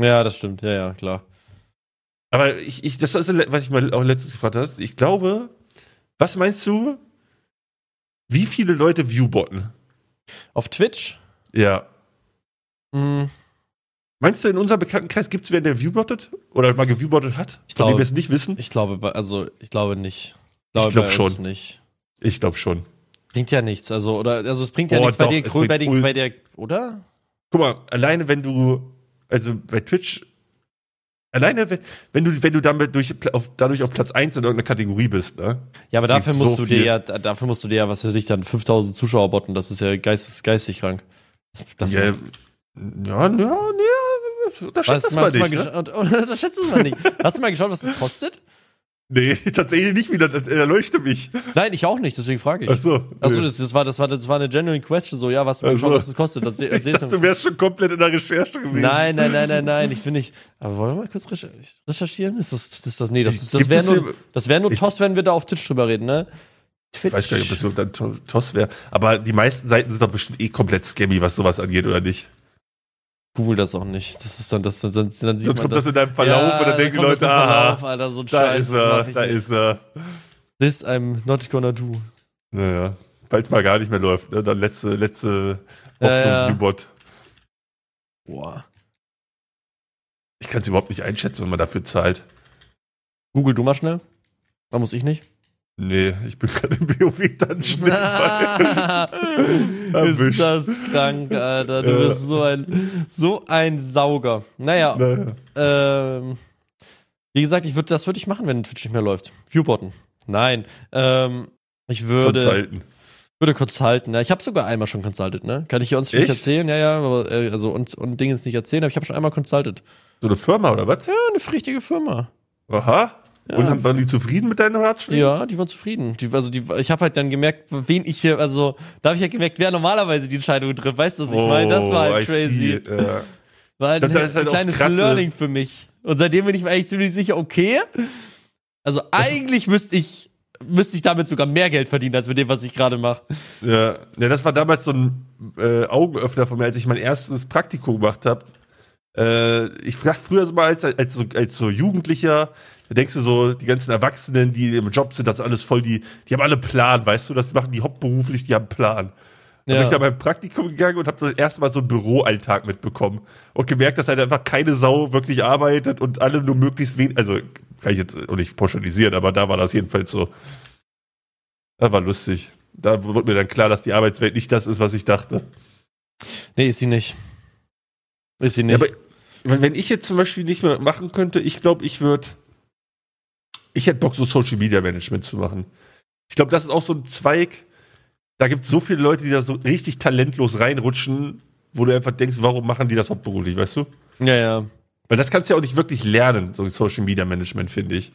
[SPEAKER 2] Ja, das stimmt, ja, ja, klar.
[SPEAKER 1] Aber ich, ich, das ist, was ich mal auch letztens gefragt hast. Ich glaube, was meinst du, wie viele Leute Viewbotten?
[SPEAKER 2] Auf Twitch, Hm,
[SPEAKER 1] Ja.
[SPEAKER 2] mh,
[SPEAKER 1] Meinst du, in unserem Bekanntenkreis gibt es wer, der viewbottet oder mal geviewbottet hat?
[SPEAKER 2] Ich
[SPEAKER 1] von
[SPEAKER 2] glaub-
[SPEAKER 1] dem wir es nicht wissen?
[SPEAKER 2] ich glaube, bei- also, ich glaube nicht.
[SPEAKER 1] Ich glaub
[SPEAKER 2] bei
[SPEAKER 1] schon.
[SPEAKER 2] uns Nicht.
[SPEAKER 1] Ich glaube schon.
[SPEAKER 2] Bringt ja nichts, also oder also es bringt ja
[SPEAKER 1] Boah,
[SPEAKER 2] nichts bei
[SPEAKER 1] doch,
[SPEAKER 2] dir,
[SPEAKER 1] es
[SPEAKER 2] Krö- bei,
[SPEAKER 1] bringt
[SPEAKER 2] den,
[SPEAKER 1] ul-
[SPEAKER 2] bei der oder?
[SPEAKER 1] Guck mal, alleine wenn du, also bei Twitch, alleine wenn, wenn du, wenn du damit durch, auf, dadurch auf Platz 1 in irgendeiner Kategorie bist, ne?
[SPEAKER 2] Ja, aber
[SPEAKER 1] Es
[SPEAKER 2] dafür
[SPEAKER 1] bringt
[SPEAKER 2] musst
[SPEAKER 1] so
[SPEAKER 2] du dir
[SPEAKER 1] viel.
[SPEAKER 2] ja da- dafür musst du dir ja was für dich dann 5000 Zuschauer botten, das ist ja geistes geistig krank. Das, das
[SPEAKER 1] ja, ja, ja, ja, da schätzt
[SPEAKER 2] was,
[SPEAKER 1] das mal
[SPEAKER 2] hast du mal
[SPEAKER 1] dich,
[SPEAKER 2] gesch-
[SPEAKER 1] ne?
[SPEAKER 2] und, und, das schätzt es mal nicht. Hast du mal geschaut, was das kostet?
[SPEAKER 1] Nee, tatsächlich nicht wieder. Das erleuchte mich.
[SPEAKER 2] Nein, ich auch nicht, deswegen frage ich.
[SPEAKER 1] Ach so,
[SPEAKER 2] Achso,
[SPEAKER 1] nee.
[SPEAKER 2] das, das, war, das, war, das war eine genuine question, so, ja, was,
[SPEAKER 1] Ach so.
[SPEAKER 2] schau, was das kostet. Das, se-
[SPEAKER 1] Ich
[SPEAKER 2] sehst du-
[SPEAKER 1] dachte, du wärst schon komplett in der Recherche gewesen.
[SPEAKER 2] nein, nein, nein, nein, nein, ich bin nicht. Aber wollen wir mal kurz recher- recherchieren? Ist das, das, das nee, das, ist- das
[SPEAKER 1] Gibt
[SPEAKER 2] wäre
[SPEAKER 1] es
[SPEAKER 2] nur,
[SPEAKER 1] hier-
[SPEAKER 2] das wär nur
[SPEAKER 1] Ich-
[SPEAKER 2] Toss, wenn wir da auf Twitch drüber reden, ne? Twitch.
[SPEAKER 1] Ich weiß gar nicht, ob das überhaupt ein To- Toss wäre. Aber die meisten Seiten sind doch bestimmt eh komplett scammy, was sowas angeht, oder nicht?
[SPEAKER 2] Google das auch nicht. Das ist dann, das, dann, dann sieht man
[SPEAKER 1] Sonst kommt das in deinem Verlauf und dann denken
[SPEAKER 2] kommt das
[SPEAKER 1] Leute,
[SPEAKER 2] im Verlauf,
[SPEAKER 1] aha,
[SPEAKER 2] Alter, so ein
[SPEAKER 1] da
[SPEAKER 2] Scheiß,
[SPEAKER 1] ist
[SPEAKER 2] das mach
[SPEAKER 1] er,
[SPEAKER 2] ich
[SPEAKER 1] da
[SPEAKER 2] nicht.
[SPEAKER 1] ist er.
[SPEAKER 2] This I'm not gonna do.
[SPEAKER 1] Naja, falls mal gar nicht mehr läuft, ne? dann letzte, letzte
[SPEAKER 2] Ja,
[SPEAKER 1] Hoffnung,
[SPEAKER 2] ja.
[SPEAKER 1] Bluebot.
[SPEAKER 2] Boah.
[SPEAKER 1] Ich kann es überhaupt nicht einschätzen, wenn man dafür zahlt.
[SPEAKER 2] Google, du mal schnell. Da muss ich nicht.
[SPEAKER 1] Nee, ich bin gerade im BOW dann schnell.
[SPEAKER 2] ist
[SPEAKER 1] Erwischt.
[SPEAKER 2] das krank, Alter. Du
[SPEAKER 1] Ja.
[SPEAKER 2] bist so ein, so ein Sauger. Naja,
[SPEAKER 1] naja.
[SPEAKER 2] ähm, wie gesagt, ich würd, das würde ich machen, wenn Twitch nicht mehr läuft. Viewbotten. Nein. Ähm, ich würde,
[SPEAKER 1] Consulten.
[SPEAKER 2] würde consulten. Ja, ich habe sogar einmal schon consulted, ne? Kann ich hier uns nicht
[SPEAKER 1] Echt?
[SPEAKER 2] erzählen? Ja, ja, aber, äh, also und, und Dingens nicht erzählen, aber ich habe schon einmal consulted.
[SPEAKER 1] So eine Firma oder was?
[SPEAKER 2] Ja, eine richtige Firma.
[SPEAKER 1] Aha. Und haben, waren die zufrieden mit deinen Ratschlägen?
[SPEAKER 2] Ja, die waren zufrieden. Die, also die, ich habe halt dann gemerkt, wen ich hier, also da habe ich ja gemerkt, wer normalerweise die Entscheidung trifft. Weißt du, was ich meine? Das war halt crazy.
[SPEAKER 1] Ja.
[SPEAKER 2] War halt
[SPEAKER 1] Ich glaub,
[SPEAKER 2] ein,
[SPEAKER 1] Oh, das ist halt
[SPEAKER 2] ein
[SPEAKER 1] auch
[SPEAKER 2] kleines
[SPEAKER 1] krasse-
[SPEAKER 2] Learning für mich. Und seitdem bin ich mir eigentlich ziemlich sicher, okay. Also eigentlich müsste ich müsste ich damit sogar mehr Geld verdienen als mit dem, was ich gerade mache.
[SPEAKER 1] Ja. ja, das war damals so ein äh, Augenöffner von mir, als ich mein erstes Praktikum gemacht habe. Äh, ich frag früher so mal als, als, so, als so Jugendlicher, da denkst du so, die ganzen Erwachsenen, die im Job sind, das ist alles voll, die, die haben alle einen Plan, weißt du, das machen die hauptberuflich, die haben einen Plan. Dann bin ich da beim Praktikum gegangen und habe das erste Mal so einen Büroalltag mitbekommen und gemerkt, dass halt einfach keine Sau wirklich arbeitet und alle nur möglichst wenig, also kann ich jetzt auch nicht pauschalisieren, aber da war das jedenfalls so. Das war lustig. Da wurde mir dann klar, dass die Arbeitswelt nicht das ist, was ich dachte.
[SPEAKER 2] Nee, ist sie nicht. Ist sie nicht.
[SPEAKER 1] Ja, aber wenn ich jetzt zum Beispiel nicht mehr machen könnte, ich glaube, ich würde. Ich hätte Bock, so Social Media Management zu machen. Ich glaube, das ist auch so ein Zweig. Da gibt es so viele Leute, die da so richtig talentlos reinrutschen, wo du einfach denkst, warum machen die das hauptberuflich, weißt du?
[SPEAKER 2] ja, ja.
[SPEAKER 1] Weil das kannst du ja auch nicht wirklich lernen, so Social Media Management, finde ich.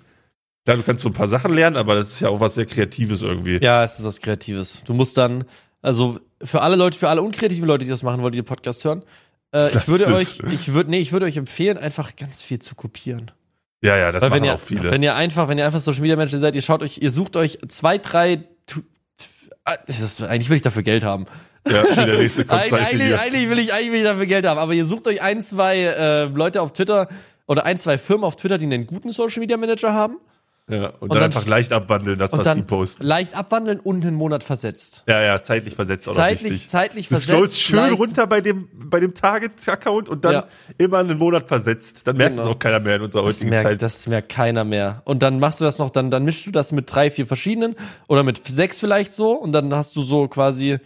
[SPEAKER 1] Klar, du kannst so ein paar Sachen lernen, aber das ist ja auch was sehr Kreatives irgendwie.
[SPEAKER 2] Ja, es ist was Kreatives. Du musst dann, also für alle Leute, für alle unkreativen Leute, die das machen wollen, die den Podcast hören, äh, ich
[SPEAKER 1] Das
[SPEAKER 2] würde euch,
[SPEAKER 1] ist-
[SPEAKER 2] ich würde, nee, ich würde euch empfehlen, einfach ganz viel zu kopieren.
[SPEAKER 1] Ja, ja, das
[SPEAKER 2] Weil wenn
[SPEAKER 1] machen
[SPEAKER 2] ihr,
[SPEAKER 1] auch viele.
[SPEAKER 2] wenn ihr einfach, wenn ihr einfach Social Media Manager seid, ihr schaut euch, ihr sucht euch zwei, drei, tu- tu- ah, das ist, eigentlich will ich dafür Geld haben.
[SPEAKER 1] ja, schon der nächste kommt
[SPEAKER 2] Eig
[SPEAKER 1] zeigt dir
[SPEAKER 2] eigentlich,
[SPEAKER 1] hier.
[SPEAKER 2] eigentlich will ich, eigentlich will ich dafür Geld haben. Aber ihr sucht euch ein, zwei äh, Leute auf Twitter oder ein, zwei Firmen auf Twitter, die einen guten Social Media Manager haben
[SPEAKER 1] Ja, und, dann
[SPEAKER 2] dann-
[SPEAKER 1] einfach leicht abwandeln, das,
[SPEAKER 2] und
[SPEAKER 1] was die
[SPEAKER 2] dann
[SPEAKER 1] posten.
[SPEAKER 2] leicht abwandeln und einen Monat versetzt.
[SPEAKER 1] Ja, ja, zeitlich versetzt auch noch
[SPEAKER 2] Zeitlich,
[SPEAKER 1] wichtig.
[SPEAKER 2] zeitlich
[SPEAKER 1] Du
[SPEAKER 2] versetzt.
[SPEAKER 1] scrollst schön
[SPEAKER 2] leicht-
[SPEAKER 1] runter bei dem, bei dem Target-Account und dann
[SPEAKER 2] Ja.
[SPEAKER 1] immer einen Monat versetzt. Dann merkt
[SPEAKER 2] Genau.
[SPEAKER 1] es auch keiner mehr in unserer
[SPEAKER 2] Das
[SPEAKER 1] heutigen
[SPEAKER 2] merkt,
[SPEAKER 1] Zeit.
[SPEAKER 2] das merkt keiner mehr. Und dann machst du das noch, dann, dann mischst du das mit drei, vier verschiedenen oder mit sechs vielleicht so und dann hast du so quasi,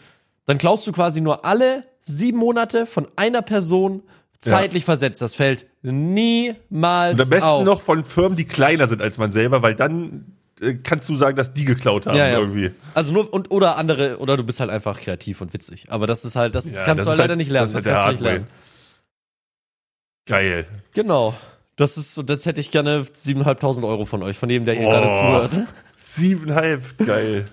[SPEAKER 2] dann klaust du quasi nur alle sieben Monate von einer Person zeitlich versetzt. Das fällt niemals
[SPEAKER 1] Und am besten
[SPEAKER 2] auf.
[SPEAKER 1] noch von Firmen, die kleiner sind als man selber, weil dann äh, kannst du sagen, dass die geklaut haben
[SPEAKER 2] ja, ja.
[SPEAKER 1] irgendwie.
[SPEAKER 2] Also nur und oder andere oder du bist halt einfach kreativ und witzig. Aber das ist halt, das
[SPEAKER 1] Ja, das
[SPEAKER 2] kannst du halt
[SPEAKER 1] ist
[SPEAKER 2] leider
[SPEAKER 1] halt-
[SPEAKER 2] nicht lernen. Das,
[SPEAKER 1] das ist halt
[SPEAKER 2] kannst du nicht
[SPEAKER 1] der
[SPEAKER 2] lernen.
[SPEAKER 1] Geil.
[SPEAKER 2] Genau. Das ist und jetzt hätte ich gerne 7.500 Euro von euch, von jedem, der hier
[SPEAKER 1] Oh.
[SPEAKER 2] gerade zuhört.
[SPEAKER 1] Siebeneinhalb, geil.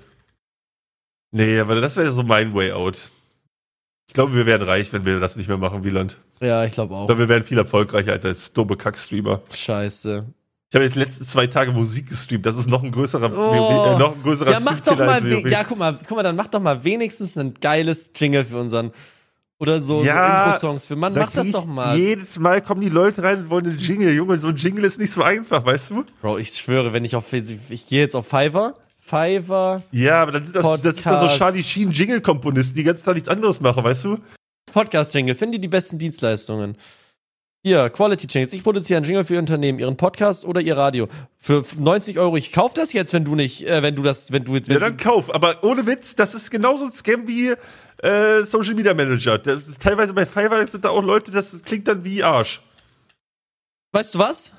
[SPEAKER 1] Nee, aber das wäre so mein Way out. Ich glaube, wir wären reich, wenn wir das nicht mehr machen, Wieland.
[SPEAKER 2] Ja, ich glaube auch.
[SPEAKER 1] Ich glaube, wir wären viel erfolgreicher als als dumme Kack-Streamer.
[SPEAKER 2] Scheiße.
[SPEAKER 1] Ich habe jetzt die letzten zwei Tage Musik gestreamt. Das ist noch ein größerer,
[SPEAKER 2] Oh.
[SPEAKER 1] äh, noch ein größerer
[SPEAKER 2] Ja, mach doch
[SPEAKER 1] Streamkiller
[SPEAKER 2] mal,
[SPEAKER 1] als
[SPEAKER 2] we-
[SPEAKER 1] WoW.
[SPEAKER 2] ja, guck mal, guck mal, dann mach doch mal wenigstens ein geiles Jingle für unseren oder so, so
[SPEAKER 1] Ja,
[SPEAKER 2] Intro-Songs für Mann,
[SPEAKER 1] Da
[SPEAKER 2] mach das
[SPEAKER 1] krieg
[SPEAKER 2] doch
[SPEAKER 1] ich
[SPEAKER 2] mal.
[SPEAKER 1] Jedes Mal kommen die Leute rein und wollen einen Jingle. Junge, so ein Jingle ist nicht so einfach, weißt du?
[SPEAKER 2] Bro, ich schwöre, wenn ich auf ich gehe jetzt auf Fiverr, Fiverr
[SPEAKER 1] Ja, aber dann sind das, das, sind das so
[SPEAKER 2] Podcast.
[SPEAKER 1] Charlie Sheen Jingle-Komponisten, die den ganzen Tag nichts anderes machen, weißt du?
[SPEAKER 2] Podcast Jingle, finde die die besten Dienstleistungen. Ihr Quality Jingles, ich produziere einen Jingle für Ihr Unternehmen, Ihren Podcast oder Ihr Radio für 90 Euro. Ich kauf das jetzt, wenn du nicht, äh, wenn du das, wenn du jetzt, wenn
[SPEAKER 1] Ja, dann
[SPEAKER 2] du,
[SPEAKER 1] kauf. Aber ohne Witz, das ist genauso ein Scam wie äh, Social Media Manager. Das ist, teilweise bei Fiverr sind da auch Leute, das klingt dann wie Arsch.
[SPEAKER 2] weißt du was?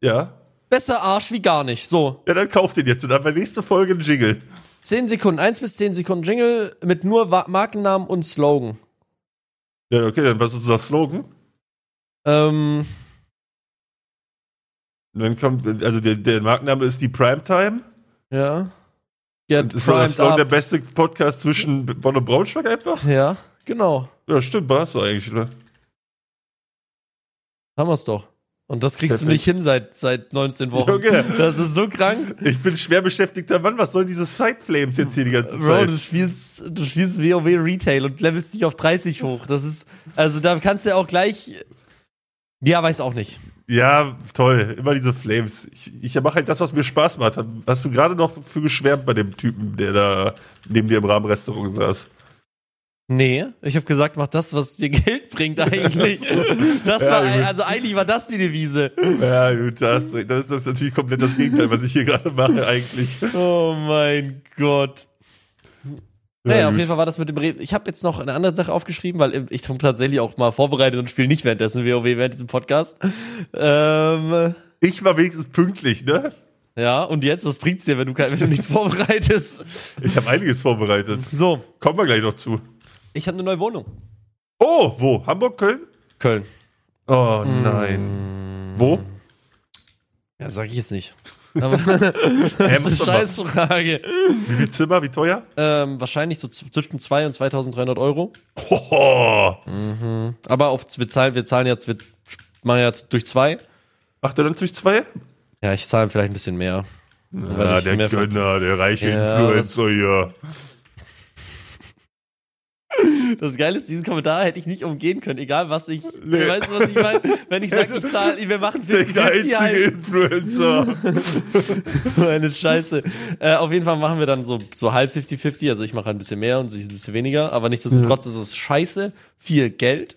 [SPEAKER 1] Ja.
[SPEAKER 2] Besser Arsch wie gar nicht. So,
[SPEAKER 1] Ja, dann kauf den jetzt und dann bei nächste Folge einen Jingle.
[SPEAKER 2] 10 Sekunden, 1 bis 10 Sekunden Jingle mit nur Wa- Markennamen und Slogan.
[SPEAKER 1] Ja, okay, dann was ist unser Slogan?
[SPEAKER 2] Ähm,
[SPEAKER 1] Und dann kommt, also der, der Markenname ist die Primetime.
[SPEAKER 2] Ja. Ja,
[SPEAKER 1] Und ist so der
[SPEAKER 2] primed
[SPEAKER 1] Slogan der
[SPEAKER 2] up.
[SPEAKER 1] beste Podcast zwischen Bonn und Braunschweig einfach?
[SPEAKER 2] Ja, genau.
[SPEAKER 1] Ja, stimmt, war es doch eigentlich, ne?
[SPEAKER 2] Haben wir's doch. Und das kriegst du
[SPEAKER 1] Perfekt.
[SPEAKER 2] nicht hin seit, seit 19 Wochen.
[SPEAKER 1] Junge.
[SPEAKER 2] Das ist so krank.
[SPEAKER 1] Ich bin schwer beschäftigter Mann, was sollen diese Side Flames jetzt hier die ganze
[SPEAKER 2] Bro,
[SPEAKER 1] Zeit?
[SPEAKER 2] du spielst, du spielst WoW Retail und levelst dich auf 30 hoch. Das ist, also da kannst du ja auch gleich. Ja, weiß auch nicht.
[SPEAKER 1] Ja, toll, immer diese Flames. Ich, ich mache halt das, was mir Spaß macht. Hast du gerade noch für geschwärmt bei dem Typen, der da neben dir im Rahmenrestaurant saß?
[SPEAKER 2] Nee, ich habe gesagt, mach das, was dir Geld bringt eigentlich. Das
[SPEAKER 1] Ja,
[SPEAKER 2] war,
[SPEAKER 1] gut.
[SPEAKER 2] also eigentlich war das die Devise.
[SPEAKER 1] Ja, gut, da hast du recht. das ist das natürlich komplett das Gegenteil, was ich hier gerade mache eigentlich.
[SPEAKER 2] Oh mein Gott. Naja, auf
[SPEAKER 1] gut.
[SPEAKER 2] jeden Fall war das mit dem Re Ich habe jetzt noch eine andere Sache aufgeschrieben, weil ich habe tatsächlich auch mal vorbereitet und spiele nicht währenddessen WoW während diesem Podcast. Ähm,
[SPEAKER 1] Ich war wenigstens pünktlich, ne?
[SPEAKER 2] ja, und jetzt, was bringt's dir, wenn du, kein- wenn du nichts vorbereitest?
[SPEAKER 1] Ich habe einiges vorbereitet.
[SPEAKER 2] So,
[SPEAKER 1] Kommen wir gleich noch zu.
[SPEAKER 2] ich habe eine neue Wohnung.
[SPEAKER 1] Oh, wo? Hamburg, Köln?
[SPEAKER 2] Köln.
[SPEAKER 1] Oh nein.
[SPEAKER 2] Hm.
[SPEAKER 1] Wo?
[SPEAKER 2] Ja, sag ich jetzt nicht. Aber das
[SPEAKER 1] Hä,
[SPEAKER 2] ist
[SPEAKER 1] muss
[SPEAKER 2] eine
[SPEAKER 1] man mal-
[SPEAKER 2] Scheißfrage.
[SPEAKER 1] Wie viel Zimmer, wie teuer?
[SPEAKER 2] Ähm, wahrscheinlich so z- zwischen 2 und 2300 Euro.
[SPEAKER 1] Hoho.
[SPEAKER 2] Aber auf, wir zahlen, wir zahlen jetzt, wir machen jetzt durch zwei.
[SPEAKER 1] Macht er dann durch zwei?
[SPEAKER 2] Ja, ich zahle vielleicht ein bisschen mehr. weil
[SPEAKER 1] Ah,
[SPEAKER 2] ich
[SPEAKER 1] der
[SPEAKER 2] mehr ver-
[SPEAKER 1] Gönner, der reiche
[SPEAKER 2] Ja,
[SPEAKER 1] Influencer hier.
[SPEAKER 2] Das Geile ist, diesen Kommentar hätte ich nicht umgehen können, egal was ich.
[SPEAKER 1] Nee.
[SPEAKER 2] Weißt du, was ich meine? Wenn ich sage, ich zahle, wir machen
[SPEAKER 1] Der
[SPEAKER 2] 50
[SPEAKER 1] geizige
[SPEAKER 2] halt.
[SPEAKER 1] Influencer.
[SPEAKER 2] Meine Scheiße. Äh, auf jeden Fall machen wir dann so, so halb 50-50. Also ich mache ein bisschen mehr und sie ein bisschen weniger. Aber nichtsdestotrotz ist es scheiße. Viel Geld.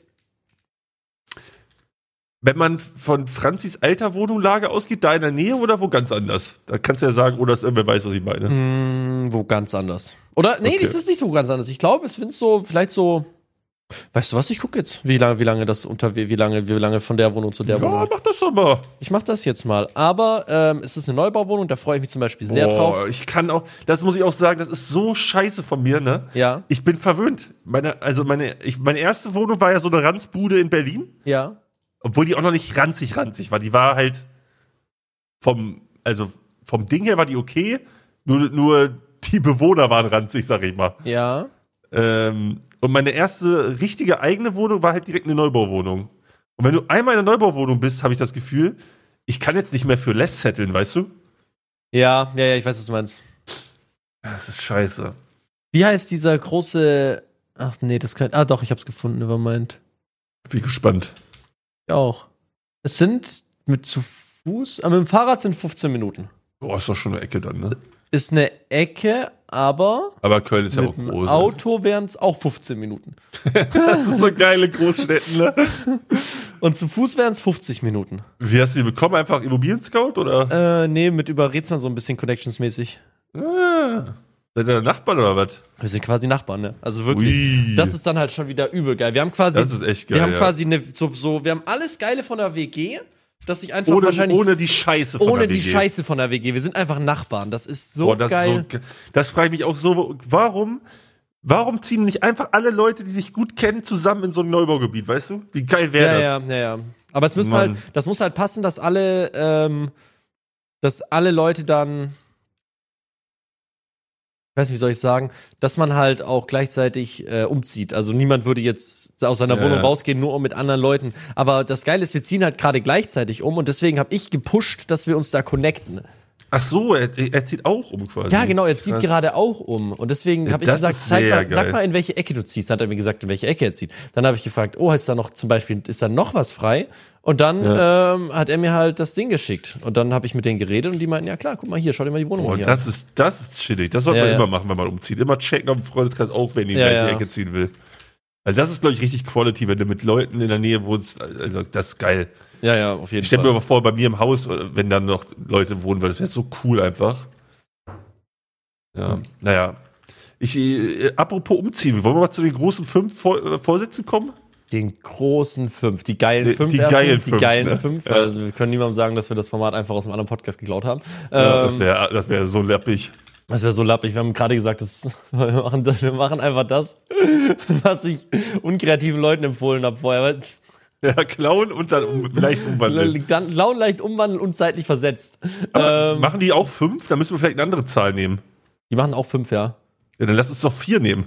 [SPEAKER 1] Wenn man von Franzis alter Wohnunglage ausgeht, da in der Nähe oder wo ganz anders? Da kannst du ja sagen, oder dass irgendwer weiß, was ich meine.
[SPEAKER 2] Mm, wo ganz anders. Oder? Nee,
[SPEAKER 1] Okay.
[SPEAKER 2] das ist nicht so ganz anders. Ich glaube, es sind so, vielleicht so. Weißt du was? Ich gucke jetzt, wie lange, wie lange das unter, wie lange, wie lange von der Wohnung zu der
[SPEAKER 1] Ja,
[SPEAKER 2] Wohnung.
[SPEAKER 1] mach das doch mal.
[SPEAKER 2] Ich mache das jetzt mal. Aber ähm, es ist eine Neubauwohnung, da freue ich mich zum Beispiel sehr
[SPEAKER 1] Boah,
[SPEAKER 2] drauf.
[SPEAKER 1] Ich kann auch, das muss ich auch sagen, das ist so scheiße von mir, ne?
[SPEAKER 2] Ja.
[SPEAKER 1] Ich bin verwöhnt. Meine, also meine, ich, meine erste Wohnung war ja so eine Ranzbude in Berlin,
[SPEAKER 2] Ja.
[SPEAKER 1] obwohl die auch noch nicht ranzig ranzig war. Die war halt vom, also vom Ding her war die okay, nur, nur die Bewohner waren ranzig, sag ich mal.
[SPEAKER 2] Ja.
[SPEAKER 1] Ähm, und meine erste richtige eigene Wohnung war halt direkt eine Neubauwohnung. Und wenn du einmal in einer Neubauwohnung bist, habe ich das Gefühl, ich kann jetzt nicht mehr für less setteln, weißt du?
[SPEAKER 2] Ja, ja, ja, ich weiß, was du meinst.
[SPEAKER 1] Das ist scheiße.
[SPEAKER 2] Wie heißt dieser große. Ach nee, das kann. Ah doch, ich hab's gefunden, nevermind.
[SPEAKER 1] Bin gespannt.
[SPEAKER 2] Ich auch. Es sind mit zu Fuß. Aber mit dem Fahrrad sind 15 Minuten.
[SPEAKER 1] Oh, ist doch schon eine Ecke dann, ne?
[SPEAKER 2] Ist eine Ecke, aber.
[SPEAKER 1] Aber Köln ist ja auch
[SPEAKER 2] Mit dem
[SPEAKER 1] groß.
[SPEAKER 2] Auto wären es auch 15 Minuten.
[SPEAKER 1] Das ist so geile Großstädten, ne?
[SPEAKER 2] Und zu Fuß wären es 50 Minuten.
[SPEAKER 1] Wie hast du die bekommen? Einfach Immobilien-Scout oder?
[SPEAKER 2] Äh, nee, mit überredet man so ein bisschen connectionsmäßig.
[SPEAKER 1] Ah. Seid ihr Nachbarn oder was?
[SPEAKER 2] Wir sind quasi Nachbarn, ne? Also wirklich.
[SPEAKER 1] Ui.
[SPEAKER 2] Das ist dann halt schon wieder übel geil. Wir haben quasi.
[SPEAKER 1] Das ist echt geil,
[SPEAKER 2] Wir haben
[SPEAKER 1] ja.
[SPEAKER 2] quasi eine, so, so, wir haben alles Geile von der WG, dass ich einfach
[SPEAKER 1] ohne,
[SPEAKER 2] wahrscheinlich.
[SPEAKER 1] ohne die Scheiße von
[SPEAKER 2] ohne
[SPEAKER 1] der
[SPEAKER 2] die
[SPEAKER 1] WG.
[SPEAKER 2] Scheiße von der WG. Wir sind einfach Nachbarn. Das ist so
[SPEAKER 1] Boah, das
[SPEAKER 2] geil.
[SPEAKER 1] ist so ge- Das frage ich mich auch so, warum, warum ziehen nicht einfach alle Leute, die sich gut kennen, zusammen in so ein Neubaugebiet, weißt du? Wie geil wäre
[SPEAKER 2] ja,
[SPEAKER 1] das?
[SPEAKER 2] ja, ja, ja. Aber es müssen
[SPEAKER 1] Mann.
[SPEAKER 2] halt, das muss halt passen, dass alle, ähm, dass alle Leute dann, ich weiß nicht, wie soll ich sagen, dass man halt auch gleichzeitig äh, umzieht. Also niemand würde jetzt aus seiner
[SPEAKER 1] Ja,
[SPEAKER 2] Wohnung
[SPEAKER 1] ja.
[SPEAKER 2] rausgehen, nur um mit anderen Leuten. Aber das Geile ist, wir ziehen halt gerade gleichzeitig um und deswegen habe ich gepusht, dass wir uns da connecten.
[SPEAKER 1] Ach so, er, er zieht auch um quasi.
[SPEAKER 2] Ja, genau, er zieht
[SPEAKER 1] Krass.
[SPEAKER 2] gerade auch um. Und deswegen habe ich
[SPEAKER 1] das
[SPEAKER 2] gesagt,
[SPEAKER 1] ist
[SPEAKER 2] zeig
[SPEAKER 1] sehr
[SPEAKER 2] mal, sag
[SPEAKER 1] geil.
[SPEAKER 2] mal, in welche Ecke du ziehst. Dann hat er mir gesagt, in welche Ecke er zieht. Dann habe ich gefragt, oh, ist da noch zum Beispiel, ist da noch was frei? Und dann ähm, hat er mir halt das Ding geschickt. Und dann habe ich mit denen geredet und die meinten, ja klar, guck mal hier, schau dir mal die Wohnung
[SPEAKER 1] Boah,
[SPEAKER 2] hier an.
[SPEAKER 1] Oh, das ist, das ist chillig. Das sollte
[SPEAKER 2] Ja,
[SPEAKER 1] man
[SPEAKER 2] ja.
[SPEAKER 1] immer machen, wenn man umzieht. Immer checken, ob ein Freundeskreis auch, wenn die in die
[SPEAKER 2] Ja,
[SPEAKER 1] gleiche
[SPEAKER 2] ja.
[SPEAKER 1] Ecke ziehen will. Also das ist, glaube ich, richtig Quality, wenn du mit Leuten in der Nähe wohnst. Also das ist geil.
[SPEAKER 2] Ja, ja, auf jeden
[SPEAKER 1] Ich stelle mir
[SPEAKER 2] Fall.
[SPEAKER 1] aber vor, bei mir im Haus, wenn dann noch Leute wohnen würden, das wäre so cool einfach. Ja,
[SPEAKER 2] Hm.
[SPEAKER 1] naja. Ich, äh, apropos umziehen, wollen wir mal zu den großen fünf Vor äh, Vorsätzen kommen?
[SPEAKER 2] Den großen fünf, die geilen
[SPEAKER 1] Die-
[SPEAKER 2] fünf.
[SPEAKER 1] die
[SPEAKER 2] ersten,
[SPEAKER 1] geilen
[SPEAKER 2] die
[SPEAKER 1] fünf,
[SPEAKER 2] geilen
[SPEAKER 1] ne?
[SPEAKER 2] fünf.
[SPEAKER 1] Ja.
[SPEAKER 2] Also wir können niemandem sagen, dass wir das Format einfach aus einem anderen Podcast geklaut haben.
[SPEAKER 1] Ja,
[SPEAKER 2] Ähm,
[SPEAKER 1] das wäre das wär so läppig.
[SPEAKER 2] Das wäre so lappig. Wir haben gerade gesagt, das, wir, machen, das- wir machen einfach das, was ich unkreativen Leuten empfohlen habe vorher. Weil-
[SPEAKER 1] Ja, klauen und dann um, leicht umwandeln.
[SPEAKER 2] Dann laut leicht umwandeln und zeitlich versetzt.
[SPEAKER 1] Aber
[SPEAKER 2] Ähm,
[SPEAKER 1] machen die auch fünf? Dann müssen wir vielleicht eine andere Zahl nehmen.
[SPEAKER 2] die machen auch fünf, ja.
[SPEAKER 1] Ja, dann lass uns doch vier nehmen.